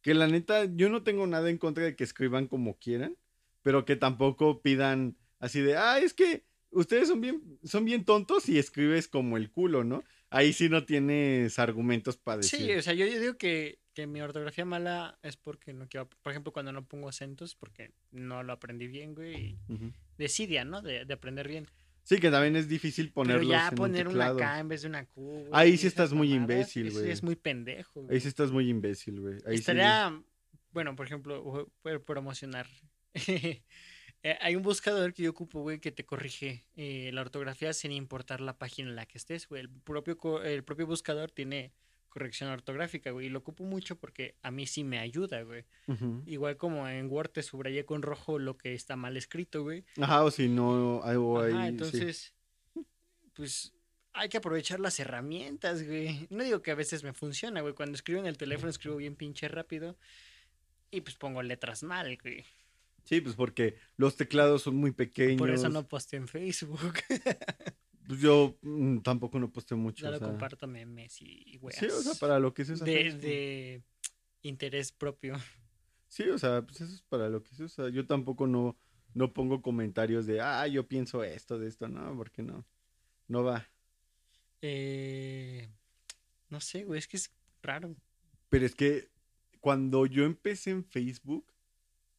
C: Que la neta, yo no tengo nada en contra de que escriban como quieran, pero que tampoco pidan así de, ah, es que ustedes son bien, son bien tontos y escribes como el culo, ¿no? Ahí sí no tienes argumentos para decir.
B: Sí, o sea, yo, yo digo que, que mi ortografía mala es porque no quiero. Por ejemplo, cuando no pongo acentos, porque no lo aprendí bien, güey. y
C: Ujú.
B: Decidia, ¿no? De, de aprender bien.
C: Sí, que también es difícil
B: Pero
C: ponerlos
B: ya
C: en un
B: poner una
C: teclado.
B: K en vez de una Q. güey,
C: Ahí sí
B: esas
C: estás muy
B: mamadas,
C: imbécil,
B: eso ya
C: güey.
B: es muy pendejo. güey.
C: Ahí sí estás muy imbécil, güey. Ahí sí-
B: Estaría, bueno, por ejemplo, u- por promocionar. *laughs* Eh, Hay un buscador que yo ocupo, güey, que te corrige eh, la ortografía sin importar la página en la que estés, güey. El propio, co- el propio buscador tiene corrección ortográfica, güey. Y lo ocupo mucho porque a mí sí me ayuda, güey.
C: Ujú.
B: Igual como en Word te subrayé con rojo lo que está mal escrito, güey.
C: Ajá, o si no, ahí- o ahí,
B: Ajá,
C: sí.
B: entonces, pues hay que aprovechar las herramientas, güey. No digo que a veces me funciona, güey. Cuando escribo en el teléfono escribo bien pinche rápido y pues pongo letras mal, güey.
C: Sí, pues porque los teclados son muy pequeños.
B: Por eso no posteo en Facebook. *laughs*
C: Pues yo mm, tampoco no posteo mucho.
B: Solo
C: o sea.
B: comparto memes y güey.
C: Sí, o sea, para lo que se usa.
B: de,
C: Facebook.
B: de interés propio.
C: Sí, o sea, pues eso es para lo que se usa. Yo tampoco no, no pongo comentarios de, ah, yo pienso esto, de esto. No, porque no. No va.
B: Eh, no sé, güey, es que es raro.
C: Pero es que cuando yo empecé en Facebook,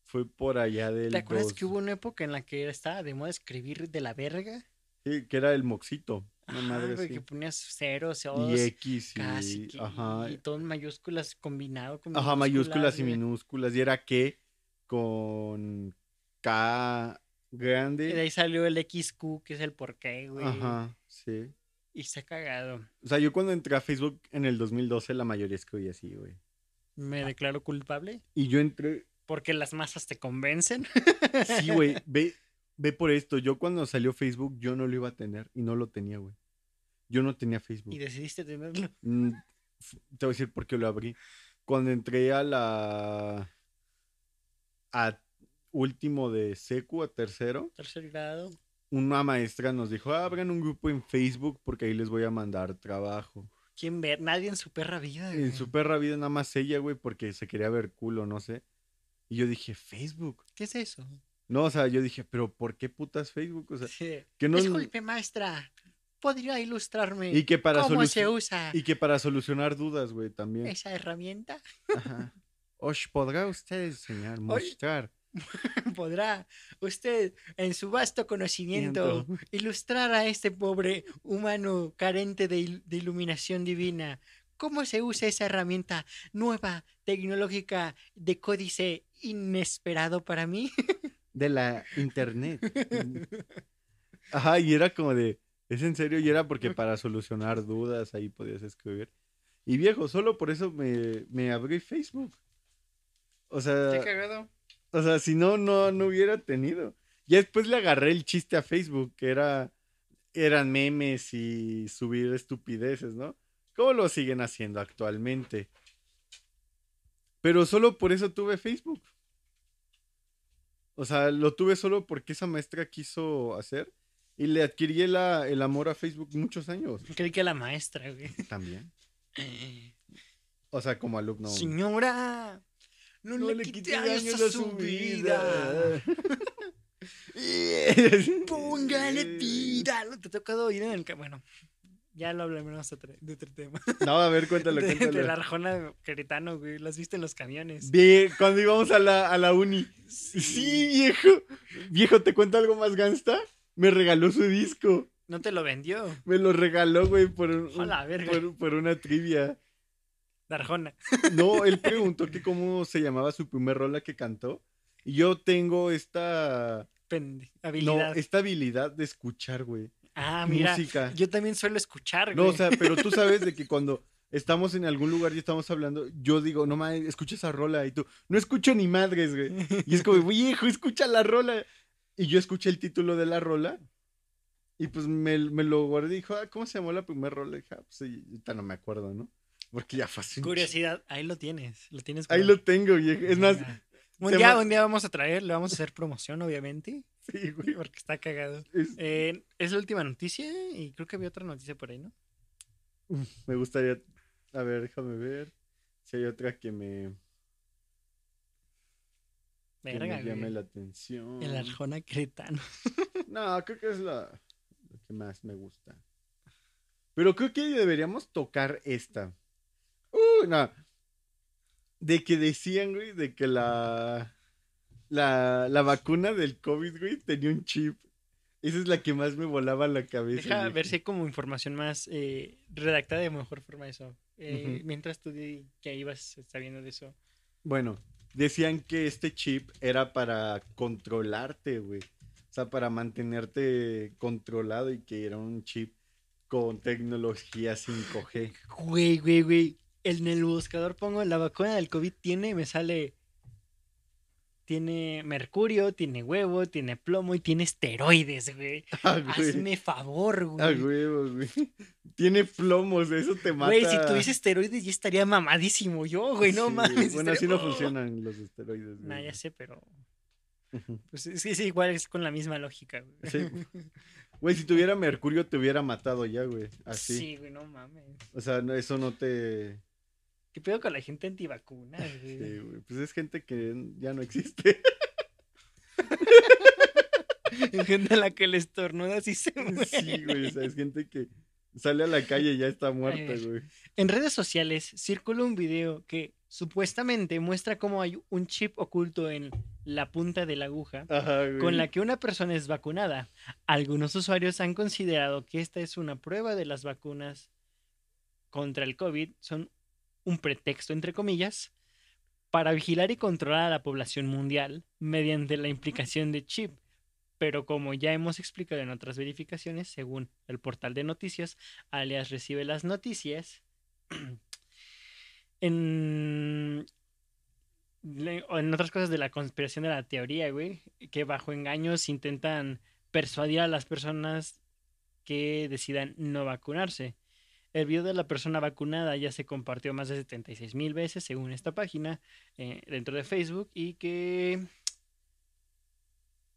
C: fue por allá del.
B: ¿Te acuerdas
C: 2000.
B: que hubo una época en la que estaba de moda escribir de la verga?
C: Sí, que era el moxito. Una
B: Ajá,
C: madre
B: güey,
C: así.
B: que ponías ceros,
C: Y
B: os,
C: X y.
B: Casi. que-
C: Ajá.
B: Y todo en mayúsculas combinado con
C: Ajá, mayúsculas y
B: güey.
C: minúsculas. Y era que con K
B: Y de
C: grande.
B: ahí salió el XQ, que es el porqué, güey.
C: Ajá, sí.
B: Y está cagado.
C: O sea, yo cuando entré a Facebook en el 2012, la mayoría escribía así, güey. Ah.
B: Me declaro culpable
C: Y yo entré.
B: porque las masas te
C: *laughs*
B: convencen.
C: Sí,
B: *laughs*
C: güey. Ve, ve por esto. Yo cuando salió Facebook, yo no lo iba a tener. Y no lo tenía, güey. Yo no tenía Facebook.
B: Y decidiste tenerlo. *laughs*
C: Mm, f- Te voy a decir por qué lo abrí. Cuando entré a la. a último de secu, a tercero.
B: Tercer grado.
C: una maestra nos dijo, abran un grupo en Facebook porque ahí les voy a mandar trabajo.
B: ¿Quién ve? Nadie en su perra vida. güey.
C: En su perra vida nada más ella, güey, porque se quería ver culo, no sé. Y yo dije, Facebook.
B: ¿Qué es eso?
C: No, o sea, yo dije, pero ¿por qué putas Facebook? O sea,
B: Sí.
C: que no...
B: Disculpe, maestra. ¿Podría ilustrarme
C: Y que para,
B: cómo
C: solu-
B: se usa
C: y que para solucionar dudas, güey, también.
B: esa herramienta? *laughs*
C: Ajá. ¿Os podrá usted, señor, mostrar?
B: ¿Podrá usted, en su vasto conocimiento,
C: Miento.
B: ilustrar a este pobre humano carente de, il- de iluminación divina. ¿Cómo se usa esa herramienta nueva, tecnológica, de códice inesperado para mí?
C: De la internet. *laughs* Ajá, y era como de, ¿es en serio? Y era porque para solucionar dudas ahí podías escribir. Y viejo, solo por eso me, me abrí Facebook. O sea,
B: cagado.
C: o sea, si no, no, no hubiera tenido. Ya después le agarré el chiste a Facebook, que era, eran memes y subir estupideces, ¿no? ¿Cómo lo siguen haciendo actualmente? Pero solo por eso tuve Facebook. O sea, lo tuve solo porque esa maestra quiso hacer y le adquirí la- el amor a Facebook muchos años.
B: Creí que la maestra, güey.
C: También. O sea, como alumno.
B: Señora, no, le, quite años, a su vida. *laughs*
C: *laughs*
B: Póngale vida. ¿No ¿Te ha tocado oír en el... ca- Bueno, ya lo hablaremos otra- de otro tema.
C: No, a ver, cuéntalo,
B: *laughs* de,
C: cuéntalo.
B: de la Arjona Queretano, güey. Las viste en los camiones.
C: Ve, cuando íbamos a la, a la uni. Sí. viejo. Viejo, ¿te cuento algo más gangsta? Me regaló su disco.
B: No te lo vendió.
C: Me lo regaló, güey, por, un-
B: A la verga.
C: por, por una trivia.
B: De Arjona.
C: No, él preguntó que cómo se llamaba su primer rola que cantó. Y yo tengo esta,
B: Pende-
C: no,
B: habilidad.
C: esta habilidad de escuchar, güey.
B: Ah, mira.
C: música.
B: Yo también suelo *laughs* escuchar,
C: No,
B: güey.
C: o sea, pero tú sabes de que cuando estamos en algún lugar y estamos hablando, yo digo, no mames, escucha esa rola. Y tú, no escucho ni madres, güey. Y es como, güey, hijo, escucha la rola. Y yo escuché el título de la rola. Y pues me, me lo guardé y dijo, ah, ¿cómo se llamó la primera rola? Y dije, ah, pues sí, ahorita no me acuerdo, ¿no? Porque ya fue hace un
B: Curiosidad, ahí lo tienes, lo tienes.
C: Ahí
B: güey.
C: lo tengo, viejo. Es más,
B: Mira. un
C: te
B: día,
C: ma-
B: un día vamos a traer, le vamos a hacer promoción, obviamente,
C: sí, güey.
B: porque está cagado.
C: Es-
B: Eh, es la última noticia y creo que había otra noticia por ahí, ¿no?
C: me gustaría. A ver, déjame ver. Si hay otra que me, que me
B: Verga, güey.
C: llame la atención.
B: El Arjona Cretano.
C: No, creo que es la, lo que más me gusta. Pero creo que deberíamos tocar esta. Uh, no. De que decían, güey, de que la, la, la vacuna del COVID, güey, tenía un chip. Esa es la que más me volaba la cabeza.
B: Deja
C: güey.
B: ver si hay como información más eh, redactada de mejor forma de eso. Eh,
C: Ujú.
B: Mientras tú di- que ibas sabiendo de eso.
C: Bueno, decían que este chip era para controlarte, güey. O sea, para mantenerte controlado y que era un chip con tecnología 5G.
B: Güey, güey, güey. En el buscador pongo la vacuna del COVID tiene y me sale. Tiene mercurio, tiene huevo, tiene plomo y tiene esteroides, güey.
C: *laughs* Ah, *laughs* güey.
B: Hazme favor, güey.
C: Ah, huevo, güey. *laughs* Tiene plomos, eso te mata.
B: Güey, si tuviese esteroides ya estaría mamadísimo yo, güey, no
C: Sí,
B: mames.
C: Bueno, así
B: estaría-
C: no funcionan los esteroides.
B: *laughs* Nah,
C: güey.
B: ya sé, pero.
C: Ujú.
B: Pues es, es igual, es con la misma lógica, güey.
C: *laughs*
B: *laughs*
C: Sí. Güey, si tuviera mercurio te hubiera matado ya, güey. Así.
B: Sí, güey, no mames.
C: O sea, no, eso no te...
B: ¿Qué pedo con la gente antivacuna, güey?
C: Sí, güey. Pues es gente que ya no existe. *laughs*
B: Hay *laughs* gente a la que le estornudas y se muere.
C: Sí, güey. O sea, es gente que sale a la calle y ya está muerta,
B: ver.
C: güey.
B: En redes sociales circula un video que supuestamente muestra cómo hay un chip oculto en la punta de la aguja
C: Ajá, güey.
B: con la que una persona es vacunada. Algunos usuarios han considerado que esta es una prueba de las vacunas contra el COVID, son un pretexto, entre comillas, para vigilar y controlar a la población mundial mediante la implicación de chip. Pero como ya hemos explicado en otras verificaciones, según el portal de noticias, alias recibe las noticias, *clears throat* en, le- o en otras cosas de la conspiración de la teoría, güey, que bajo engaños intentan persuadir a las personas que decidan no vacunarse. El video de la persona vacunada ya se compartió más de 76 mil veces, según esta página, eh, dentro de Facebook, y que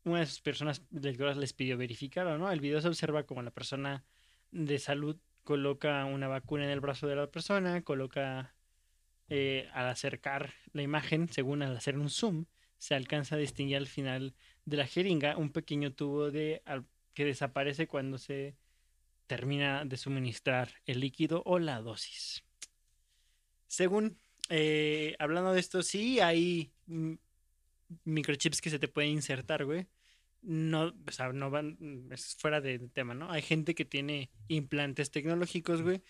B: una de sus personas lectoras les pidió verificar o no. El video se observa como la persona de salud coloca una vacuna en el brazo de la persona, coloca eh, al acercar la imagen, según al hacer un zoom, se alcanza a distinguir al final de la jeringa un pequeño tubo de al- que desaparece cuando se termina de suministrar el líquido o la dosis. Según, eh, hablando de esto, sí hay mm, microchips que se te pueden insertar, güey. No, o sea, no van, mm, es fuera de tema, ¿no? Hay gente que tiene implantes tecnológicos, güey,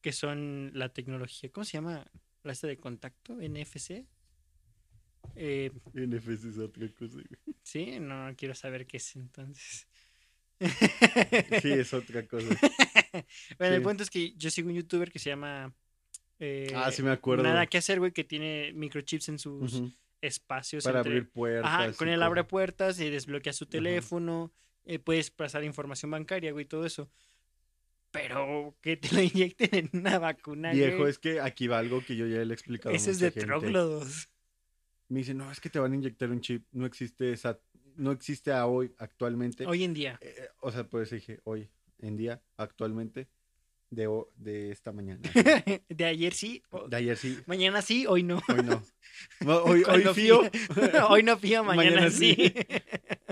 B: que son la tecnología, ¿cómo se llama? La esta de contacto, NFC. Eh,
C: NFC es otra cosa, güey.
B: Sí, no quiero saber qué es entonces. *laughs*
C: Sí, es otra cosa.
B: bueno, el
C: sí.
B: punto es que yo sigo un youtuber que se llama eh,
C: Ah, sí me acuerdo.
B: Nada que hacer, güey, que tiene microchips en sus
C: Ujú.
B: espacios.
C: Para
B: entre-
C: abrir puertas.
B: Ajá,
C: y
B: con él
C: todo.
B: abre puertas y desbloquea su teléfono, eh, puedes pasar información bancaria, güey, todo eso. Pero que te la *laughs* inyecten en una vacuna,
C: Viejo,
B: güey,
C: es que aquí va algo que yo ya le he explicado. a
B: eso es
C: mucha
B: de
C: gente.
B: tróglodos.
C: Me dicen, no, es que te van a inyectar un chip. No existe esa, no existe a hoy, actualmente.
B: Hoy en día.
C: Eh, o sea, por eso dije, hoy, en día, actualmente, de, ho- de esta
B: *laughs*
C: mañana.
B: de ayer sí, o-
C: De ayer sí,
B: mañana sí, hoy no.
C: hoy no. No, Hoy, hoy
B: Cuando
C: fío. *laughs*
B: fía- *laughs* hoy no fío, mañana,
C: Mañana
B: sí.
C: sí.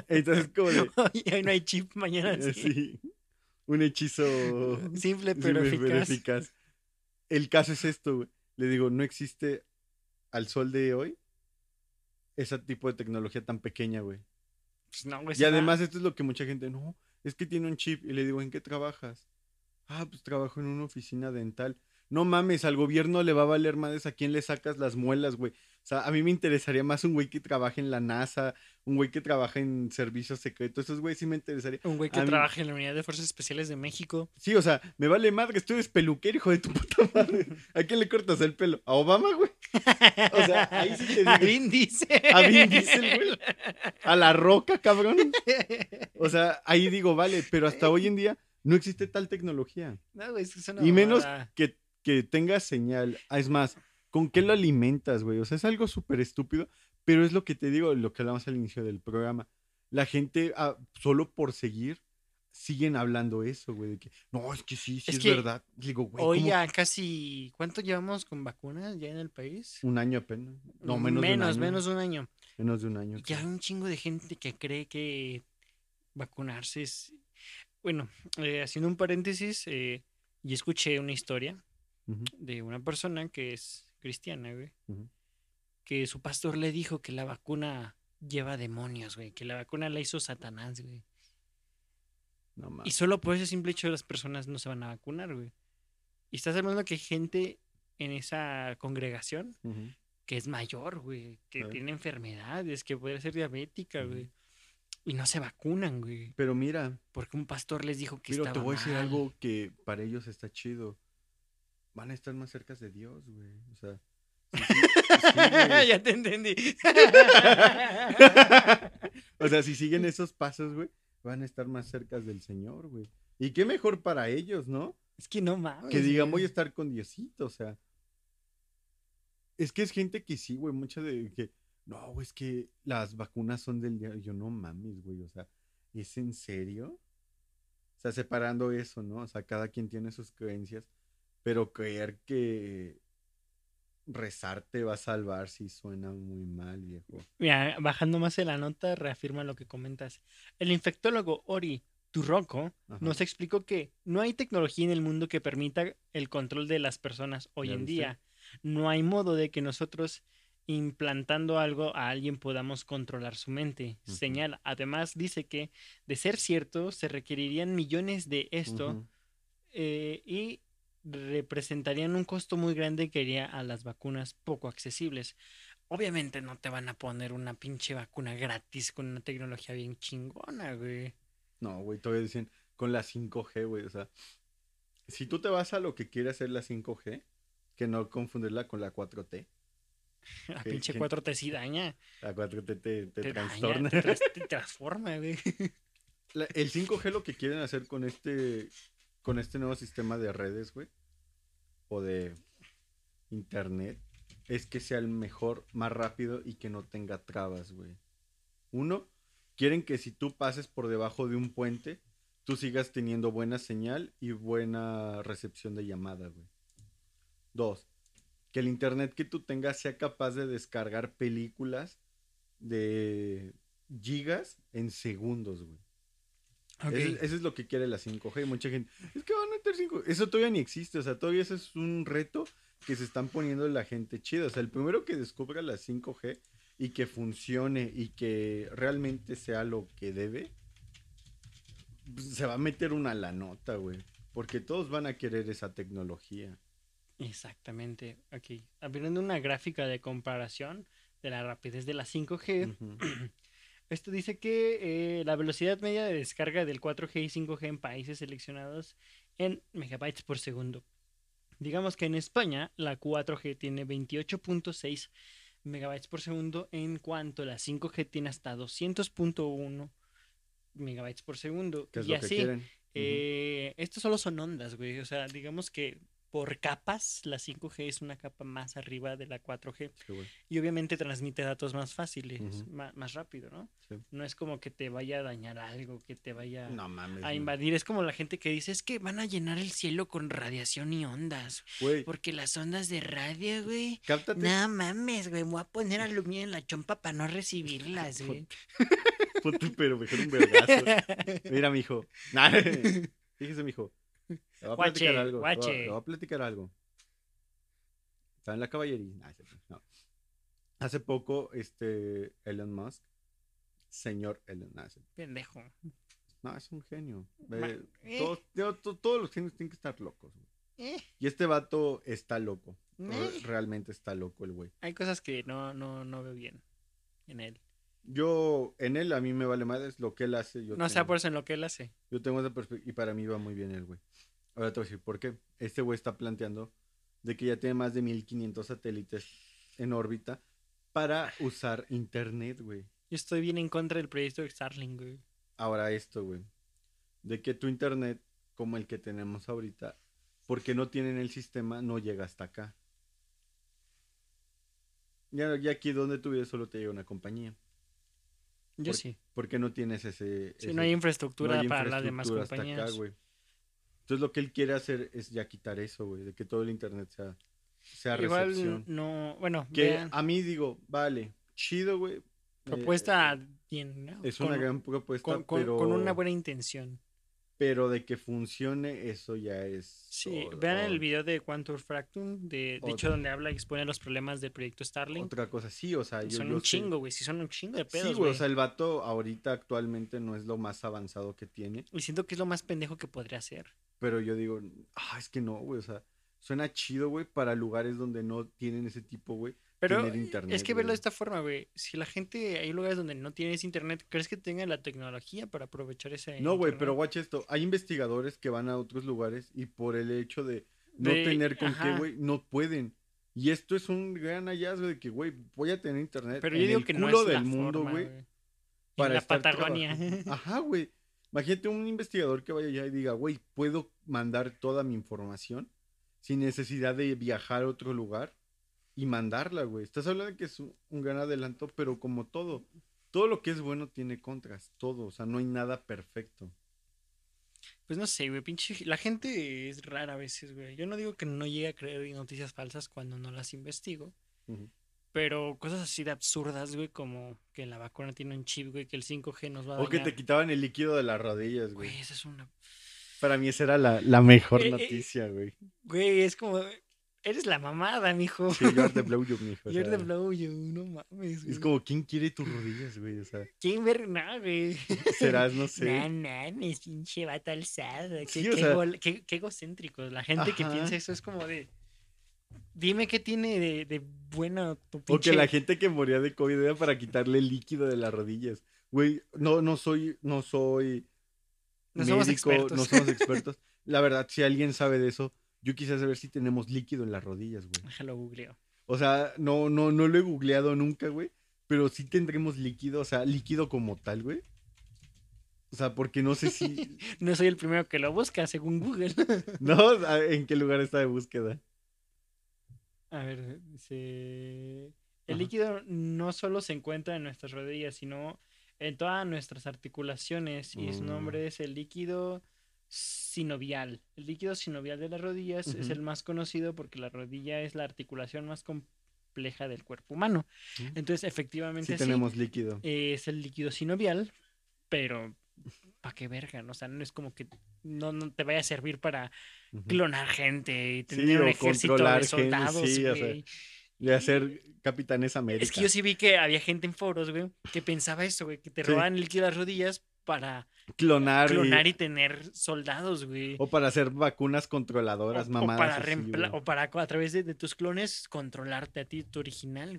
C: Entonces, como de,
B: hoy, hoy no hay chip, mañana
C: eh,
B: *laughs* sí.
C: sí, un hechizo
B: Simple
C: sí,
B: pero
C: muy- pero
B: eficaz.
C: eficaz. El caso es esto, güey. Le digo, no existe al sol de hoy ese tipo de tecnología tan pequeña, güey.
B: Pues no, güey,
C: Y
B: se va.
C: además esto es lo que mucha gente, no, es que tiene un chip. Y le digo, ¿en qué trabajas? Ah, pues trabajo en una oficina dental. No mames, al gobierno le va a valer madres a quién le sacas las muelas, güey. O sea, a mí me interesaría más un güey que trabaje en la NASA, un güey que trabaja en servicios secretos. Esos güey sí me interesaría.
B: Un güey que
C: A mí-
B: trabaja en la Unidad de Fuerzas Especiales de México.
C: Sí, o sea, me vale madre, tú eres peluquero, hijo de tu puta madre. ¿A quién le cortas el pelo? ¿A Obama, güey? O sea, ahí sí te digo.
B: *laughs* A Vin Diesel.
C: A Vin Diesel, güey. A la roca, cabrón. O sea, ahí digo, vale, pero hasta hoy en día no existe tal tecnología
B: No, güey, es que es una
C: Y menos-
B: mamada.
C: que, que tenga señal. Ah, Es más, ¿con qué lo alimentas, güey? O sea, es algo súper estúpido, pero es lo que te digo, lo que hablamos al inicio del programa. La gente, ah, solo por seguir, siguen hablando eso, güey, de que, no, es que sí, sí
B: Es
C: es,
B: que
C: verdad. Digo, güey,
B: Hoy
C: ¿cómo
B: ya casi. ¿Cuánto llevamos con vacunas ya en el país?
C: Un año apenas. No, menos,
B: Mm, menos,
C: de un año.
B: menos un año.
C: Menos de un año.
B: Ya hay
C: creo.
B: un chingo de gente que cree que vacunarse es. Bueno, eh, haciendo un paréntesis, eh, yo escuché una historia
C: Ujú.
B: de una persona que es cristiana, güey.
C: Ujú.
B: Que su pastor le dijo que la vacuna lleva demonios, güey. Que la vacuna la hizo Satanás, güey.
C: No
B: Y
C: mames.
B: solo por ese simple hecho las personas no se van a vacunar, güey. Y estás hablando que hay gente en esa congregación
C: Ujú.
B: que es mayor, güey, que
C: Claro.
B: tiene enfermedades, que puede ser diabética,
C: Ujú.
B: güey. Y no se vacunan, güey.
C: Pero mira,
B: Porque un pastor les dijo que
C: pero
B: estaba
C: te voy a decir
B: mal. *laughs*
C: algo que para ellos está chido. Van a estar más cerca de Dios, güey. O sea. sí, sí- sí, güey.
B: ya
C: *laughs*
B: te entendí. *laughs*
C: o sea, si siguen esos pasos, güey, van a estar más cerca del Señor, güey. Y qué mejor para ellos, ¿no?
B: Ah, es que no mames.
C: Que digan,
B: güey.
C: voy a estar con Diosito, o sea. Es que es gente que sí, güey, mucha de que, no, güey, es que las vacunas son del diablo. Yo no mames, güey, o sea, ¿es en serio? O sea, separando eso, ¿no? O sea, cada quien tiene sus creencias, pero creer que rezar te va a salvar sí suena muy mal, viejo.
B: Mira, bajando más en la nota, reafirma lo que comentas. El infectólogo Ori Turroco
C: Ajá.
B: nos explicó que no hay tecnología en el mundo que permita el control de las personas hoy
C: ¿Ya
B: en
C: viste?
B: día. No hay modo de que nosotros implantando algo a alguien podamos controlar su mente.
C: Ujú.
B: Señala, además dice que de ser cierto se requerirían millones de esto
C: Ujú.
B: eh, y representarían un costo muy grande que haría a las vacunas poco accesibles. Obviamente no te van a poner una pinche vacuna gratis con una tecnología bien chingona, güey. *laughs*
C: No, güey, todavía dicen con la 5G, güey. O sea, si tú te vas a lo que quiere hacer la 5G, que no confundirla con la 4T.
B: La
C: Sí,
B: pinche
C: sí.
B: 4T sí daña.
C: La 4T te, te
B: Te, daña,
C: trastorna.
B: te tras-
C: *laughs*
B: te transforma, güey.
C: La- el 5G lo que quieren hacer con este, con este nuevo sistema de redes, güey, o de internet, es que sea el mejor, más rápido y que no tenga trabas, güey. Uno, quieren que si tú pases por debajo de un puente, tú sigas teniendo buena señal y buena recepción de llamada, güey. Dos, que el internet que tú tengas sea capaz de descargar películas de gigas en segundos, güey.
B: Ok.
C: Eso, es- eso es lo que quiere la 5G. Mucha gente. Es que van a meter 5G. Eso todavía ni existe. O sea, todavía eso es un reto que se están poniendo la gente chida. O sea, el primero que descubra la 5G y que funcione y que realmente sea lo que debe, pues, se va a meter una la nota, güey. Porque todos van a querer esa tecnología.
B: Exactamente. Ok. Abriendo una gráfica de comparación de la rapidez de la 5G,
C: Ujú.
B: Esto dice que eh, la velocidad media de descarga del 4G y 5G en países seleccionados en megabytes por segundo. Digamos que en España la 4G tiene 28.6 megabytes por segundo, en cuanto la 5G tiene hasta 200.1 megabytes por segundo.
C: Que es
B: y
C: lo que
B: así,
C: quieren. Ujú.
B: eh, esto solo son ondas, güey. O sea, digamos que por capas, la 5G es una capa más arriba de la 4G.
C: Sí, güey.
B: Y obviamente transmite datos más fáciles,
C: Ujú.
B: ma- más, rápido, ¿no?
C: Sí.
B: No es como que te vaya a dañar algo, que te vaya
C: No mames.
B: a
C: güey.
B: invadir. Es como la gente que dice, es que van a llenar el cielo con radiación y ondas.
C: Güey,
B: Porque las ondas de radio, güey.
C: cáptate. *laughs*
B: No mames, güey. me Voy a poner aluminio en la chompa para no recibirlas,
C: *laughs*
B: güey.
C: Puta, pero mejor un vergazo. Mira, mijo.
B: *laughs*
C: Nah, Fíjese, mijo. Le voy a
B: Guache,
C: platicar algo. le voy a-
B: guache.
C: Le voy a platicar algo. Está en la caballería. Nah, se- no. Hace poco, este, Elon Musk, señor Elon Musk,
B: *laughs* Pendejo.
C: no, es un genio.
B: Ma-
C: Eh,
B: eh.
C: todos, yo- to- todos los genios tienen que estar locos. güey.
B: Eh,
C: Y este vato está loco. Re-
B: eh.
C: Realmente está loco el güey.
B: Hay cosas que no, no, no veo bien en él.
C: Yo, en él, a mí me vale madre lo que él hace. Yo
B: no
C: tengo-
B: sea por eso en lo que él hace.
C: Yo tengo esa perspectiva y para mí va muy bien el güey. Ahora te voy a decir por qué. Este güey está planteando de que ya tiene más de 1500 satélites en órbita para usar internet, güey.
B: Yo estoy bien en contra del proyecto de Starlink, güey.
C: Ahora esto, güey. De que tu internet, como el que tenemos ahorita, porque no tienen el sistema, no llega hasta acá. Ya, ya aquí donde tú vives solo te llega una compañía.
B: Yo
C: Por-
B: sí.
C: Porque no tienes ese...
B: Sí,
C: ese-
B: no hay infraestructura
C: no hay
B: para las demás
C: infraestructura hasta acá,
B: compañías.
C: güey. Entonces lo que él quiere hacer es ya quitar eso, güey, de que todo el internet sea, sea
B: Igual
C: recepción.
B: no. Bueno,
C: Que
B: vean,
C: a mí digo, vale, chido, güey. eh,
B: propuesta bien. ¿no?
C: es
B: con,
C: una gran propuesta,
B: con- con-
C: pero,
B: con una buena intención.
C: pero de que funcione eso ya es...
B: Sí,
C: o-
B: vean
C: o-
B: el video de Quantum Fractum, de, de hecho,
C: Otra.
B: donde habla y expone los problemas del proyecto Starlink.
C: Otra cosa, sí, o sea, Oh, yo...
B: son
C: yo
B: un
C: sé-
B: chingo, güey. Sí, son un chingo de pedos,
C: sí, güey,
B: güey.
C: o sea, el vato ahorita actualmente no es lo más avanzado que tiene,
B: Y siento que es lo más pendejo que podría hacer.
C: pero yo digo, ah, es que no, güey, o sea, suena chido, güey, para lugares donde no tienen ese tipo, güey.
B: Pero
C: Tener internet,
B: es que verlo de
C: güey.
B: esta forma, güey. Si la gente, hay lugares donde no tienes internet, ¿crees que tengan la tecnología para aprovechar ese
C: No, güey,
B: internet?
C: pero watch esto. Hay investigadores que van a otros lugares y por el hecho de no
B: De-
C: tener con qué,
B: ajá.
C: güey, no pueden. Y esto es un gran hallazgo de que, güey, voy a tener internet
B: Pero
C: en
B: yo digo
C: el
B: que no
C: culo
B: es la
C: del mundo,
B: forma,
C: güey,
B: En
C: para
B: la
C: estar
B: Patagonia.
C: trabajando. Ajá, güey. Imagínate un investigador que vaya allá y diga, güey, puedo mandar toda mi información sin necesidad de viajar a otro lugar y mandarla, güey. Estás hablando de que es un un gran adelanto, pero como todo, todo lo que es bueno tiene contras, todo, o sea, no hay nada perfecto.
B: *laughs* Pues no sé, güey, pinche... La gente es rara a veces, güey. Yo no digo que no llegue a creer en noticias falsas cuando no las investigo.
C: Ujú.
B: Pero cosas así de absurdas, güey, como que la vacuna tiene un chip, güey, que el 5G nos va a
C: O que
B: dañar.
C: te quitaban el líquido de las rodillas, güey.
B: Güey, esa es una...
C: Para mí esa era la, la mejor
B: Eh, eh,
C: noticia, güey.
B: Güey, es como... Eres la mamada, mijo.
C: Sí, yo de blowjob, mijo. o
B: You're
C: sea,
B: the blow, you, no mames,
C: Pues Es
B: güey.
C: como, ¿quién quiere tus rodillas, güey? O sea,
B: ¿Quién ver? No, güey.
C: serás,
B: *laughs*
C: no
B: No
C: sé.
B: mames, pinche vato alzado. Qué,
C: Sí, o
B: qué
C: sea-
B: gol- qué- qué egocéntricos. La gente que
C: Ajá.
B: piensa eso es como de. Dime qué tiene de, de bueno tu
C: O
B: pinche.
C: que la gente que moría de COVID era para quitarle el líquido de las rodillas. Güey, no, no soy, no soy
B: No
C: médico,
B: somos expertos. *laughs*
C: no somos expertos. La verdad, si alguien sabe de eso, yo quisiera saber si tenemos líquido en las rodillas, güey.
B: Déjalo googleo.
C: O sea, no, no, no lo he googleado nunca, güey. Pero sí tendremos líquido, o sea, líquido como tal, güey. O sea, porque no sé
B: *laughs*
C: si.
B: No soy el primero que lo busca, según Google.
C: No, o sea, en qué lugar está de búsqueda.
B: A ver, dice. El
C: Ajá.
B: líquido no solo se encuentra en nuestras rodillas, sino en todas nuestras articulaciones. Y su
C: Mm.
B: nombre es el líquido sinovial. El líquido sinovial de las rodillas es
C: Ujú.
B: el más conocido porque la rodilla es la articulación más compleja del cuerpo humano.
C: Mm.
B: Entonces, efectivamente,
C: Sí,
B: sí,
C: tenemos líquido.
B: eh, es el líquido sinovial, pero ¿para qué verga? no? O sea, no es como que no, no te vaya a servir para
C: Ujú.
B: clonar gente y
C: Sí,
B: tener un
C: o
B: ejército
C: controlar
B: de
C: gente,
B: soldados.
C: sí, o sea,
B: güey.
C: De hacer Capitanes América.
B: Es que yo sí vi que había gente en foros, güey, que pensaba eso, güey, que te
C: Sí.
B: robaban el líquido de las rodillas para
C: Clonar. y-
B: clonar y tener soldados, güey.
C: O para hacer vacunas
B: O-
C: controladoras,
B: o
C: mamadas.
B: para,
C: así,
B: reempla-
C: *laughs* güey.
B: o para co- a través de, de tus clones controlarte a ti, tu original,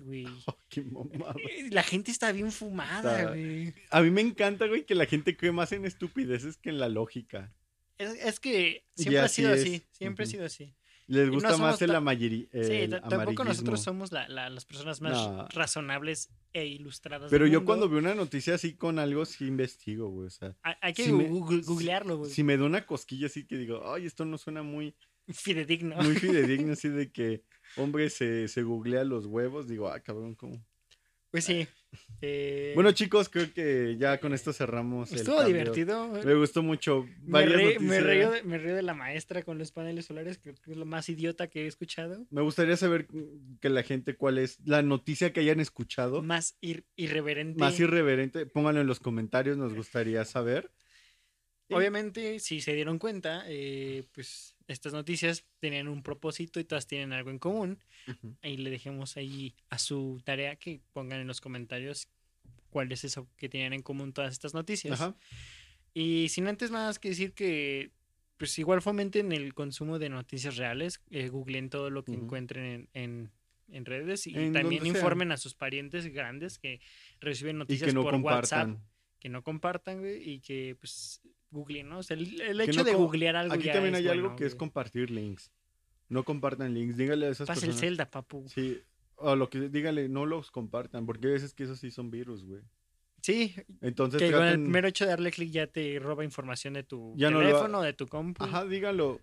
C: *laughs*
B: güey.
C: Oh, qué mamada.
B: Eh, La gente está bien fumada,
C: Está-
B: güey.
C: A mí me encanta, güey, que la gente cree más en estupideces que en la lógica.
B: Es, es que
C: Y
B: siempre ha
C: así
B: sido
C: es,
B: así, siempre ha
C: ujú.
B: sido así.
C: Les
B: no
C: gusta
B: somos
C: más el,
B: ta-
C: amayeri- el
B: Sí, ta- tampoco
C: amarillismo.
B: nosotros somos la- la- las personas más
C: No.
B: razonables e ilustradas.
C: Pero
B: del
C: yo
B: mundo.
C: cuando veo una noticia así con algo, sí investigo, güey. O sea,
B: Hay hay que
C: si me-
B: gu- gu- googlearlo, güey.
C: si me da una cosquilla así que digo, ay, esto no suena muy,
B: *laughs* Fidedigno. *laughs*
C: muy fidedigno, así de que, hombre, se, se googlea los huevos, digo, ah, cabrón, ¿cómo?
B: Pues sí. eh,
C: Bueno, chicos, creo que ya con esto cerramos. pues, el
B: Estuvo
C: cambio.
B: divertido. güey.
C: Me gustó mucho.
B: Me,
C: Varias
B: re- me
C: noticias.
B: río de, me río de la maestra con los paneles solares, que es lo más idiota que he escuchado.
C: Me gustaría saber que la gente cuál es la noticia que hayan escuchado.
B: Más ir- irreverente.
C: Más irreverente, pónganlo en los comentarios, nos gustaría saber.
B: Obviamente, si se dieron cuenta, eh, pues estas noticias tenían un propósito y todas tienen algo en común.
C: Ujú.
B: Ahí le dejemos ahí a su tarea que pongan en los comentarios cuál es eso que tienen en común todas estas noticias.
C: Ajá.
B: Y sin antes más que decir que pues, pues igual fomenten el consumo de noticias reales, eh, googleen todo lo que
C: Ujú.
B: encuentren en, en- en redes y
C: En
B: también
C: donde sea.
B: informen a sus parientes grandes que reciben
C: Y
B: noticias
C: que no
B: por
C: compartan.
B: WhatsApp, que no compartan, güey, y que pues googleen, ¿no? O sea, el, el
C: Que
B: hecho
C: no
B: de
C: com-
B: googlear algo
C: Aquí
B: ya
C: también
B: es
C: hay algo
B: bueno,
C: que es
B: güey.
C: compartir links. No compartan links. Dígale a esas
B: Pasa el
C: personas.
B: Zelda, papu.
C: Sí. O lo que dígale, no los compartan, porque a veces que esos sí son virus, güey.
B: Sí,
C: Entonces
B: que con el
C: traten-
B: mero hecho de darle clic ya te roba información de tu
C: Ya no lo ha-
B: teléfono, de tu compu.
C: Ajá, díganlo.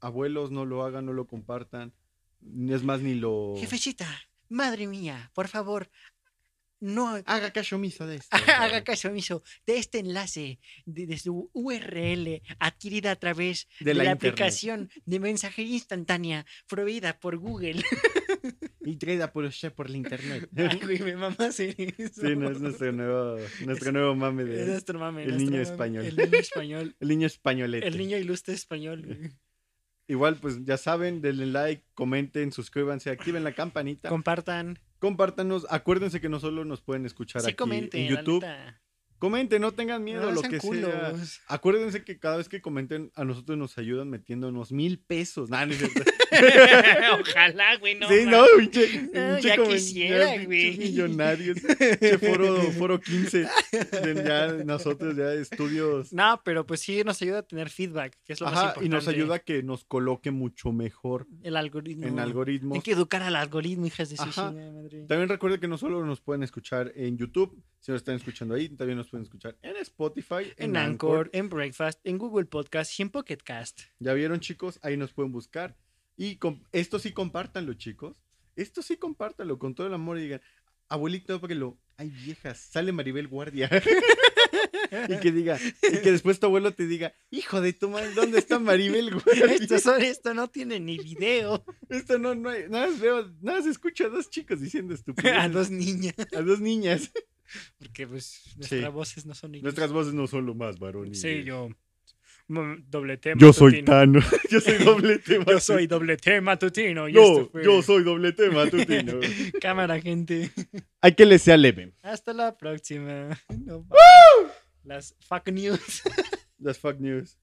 C: Abuelos, no lo hagan, no lo compartan. Ni- Es más, ni lo.
B: Jefecita, madre mía, por favor, no
C: Haga caso misa de esto.
B: *laughs* haga caso omiso de este enlace, de, de su URL adquirida a través de, la,
C: internet.
B: aplicación de mensajería instantánea proveída
C: *laughs*
B: por Google.
C: Y traída por usted por la internet.
B: Ay, güey, me mama hacer
C: *laughs*
B: eso.
C: sí, no, es nuestro nuevo, nuestro nuevo mame
B: Es
C: de.
B: nuestro mame,
C: el
B: nuestro
C: niño
B: mame.
C: español. Este.
B: El niño español.
C: El niño españolete.
B: El niño ilustre español. güey.
C: Igual, pues ya saben, denle like, comenten, suscríbanse, activen la campanita.
B: Compartan.
C: Compártanos. Acuérdense que no solo nos pueden escuchar
B: Sí,
C: aquí
B: comenten.
C: en
B: la
C: YouTube.
B: neta.
C: Comenten, no tengan miedo,
B: No
C: lo
B: sean
C: que sea. *laughs*
B: culos.
C: Acuérdense que cada vez que comenten, a nosotros nos ayudan metiéndonos mil pesos. Nah, no es cierto.
B: Ojalá, güey, *laughs* no.
C: sí,
B: mames.
C: no, pinche-
B: No,
C: pinche
B: ya
C: comen-
B: quisiera,
C: pinches
B: güey.
C: millonarios. Pinche foro, foro 15. De- Ya nosotros, ya estudios.
B: *laughs* No, pero pues sí nos ayuda a tener feedback, que es lo más
C: Ajá,
B: importante.
C: y nos ayuda a que nos coloque mucho mejor
B: el algoritmo.
C: en
B: Hay
C: algoritmos.
B: que educar al algoritmo, hijas de su
C: Ajá.
B: chingada madre.
C: También recuerden que no solo nos pueden escuchar en YouTube, si nos están escuchando ahí, también nos pueden escuchar en Spotify, en,
B: En Anchor, en Breakfast, en Google Podcast y en Pocket Cast.
C: Ya vieron, chicos, ahí nos pueden buscar. Y com- esto sí compártanlo, chicos. Esto sí compártanlo con todo el amor y digan, abuelito, lo Ay, viejas, sale Maribel Guardia. *laughs* *laughs*
B: *laughs*
C: y que diga, y que después tu abuelo te diga, hijo de tu madre, ¿dónde está Maribel Guardia?
B: *laughs* Esto, son- esto no tiene ni video
C: *laughs* Esto no, no hay, nada más veo, nada más escucho a dos chicos diciendo
B: *laughs* a
C: estupidez.
B: dos niñas.
C: a dos niñas.
B: *laughs* Porque pues nuestras voces no son iguales.
C: Nuestras voces no son lo más varones.
B: Sí, yo. mm, Doble tema.
C: Yo soy
B: matutino.
C: Tano. *laughs* Yo soy doble tema.
B: *laughs*
C: *laughs*
B: Yo soy doble tema, tutino. Y esto
C: No,
B: fue
C: yo soy doble tema, tú, Tino.
B: *laughs* Cámara, gente.
C: Hay que le sea leve.
B: *laughs* Hasta la próxima. No, Las fuck news.
C: That's fuck news.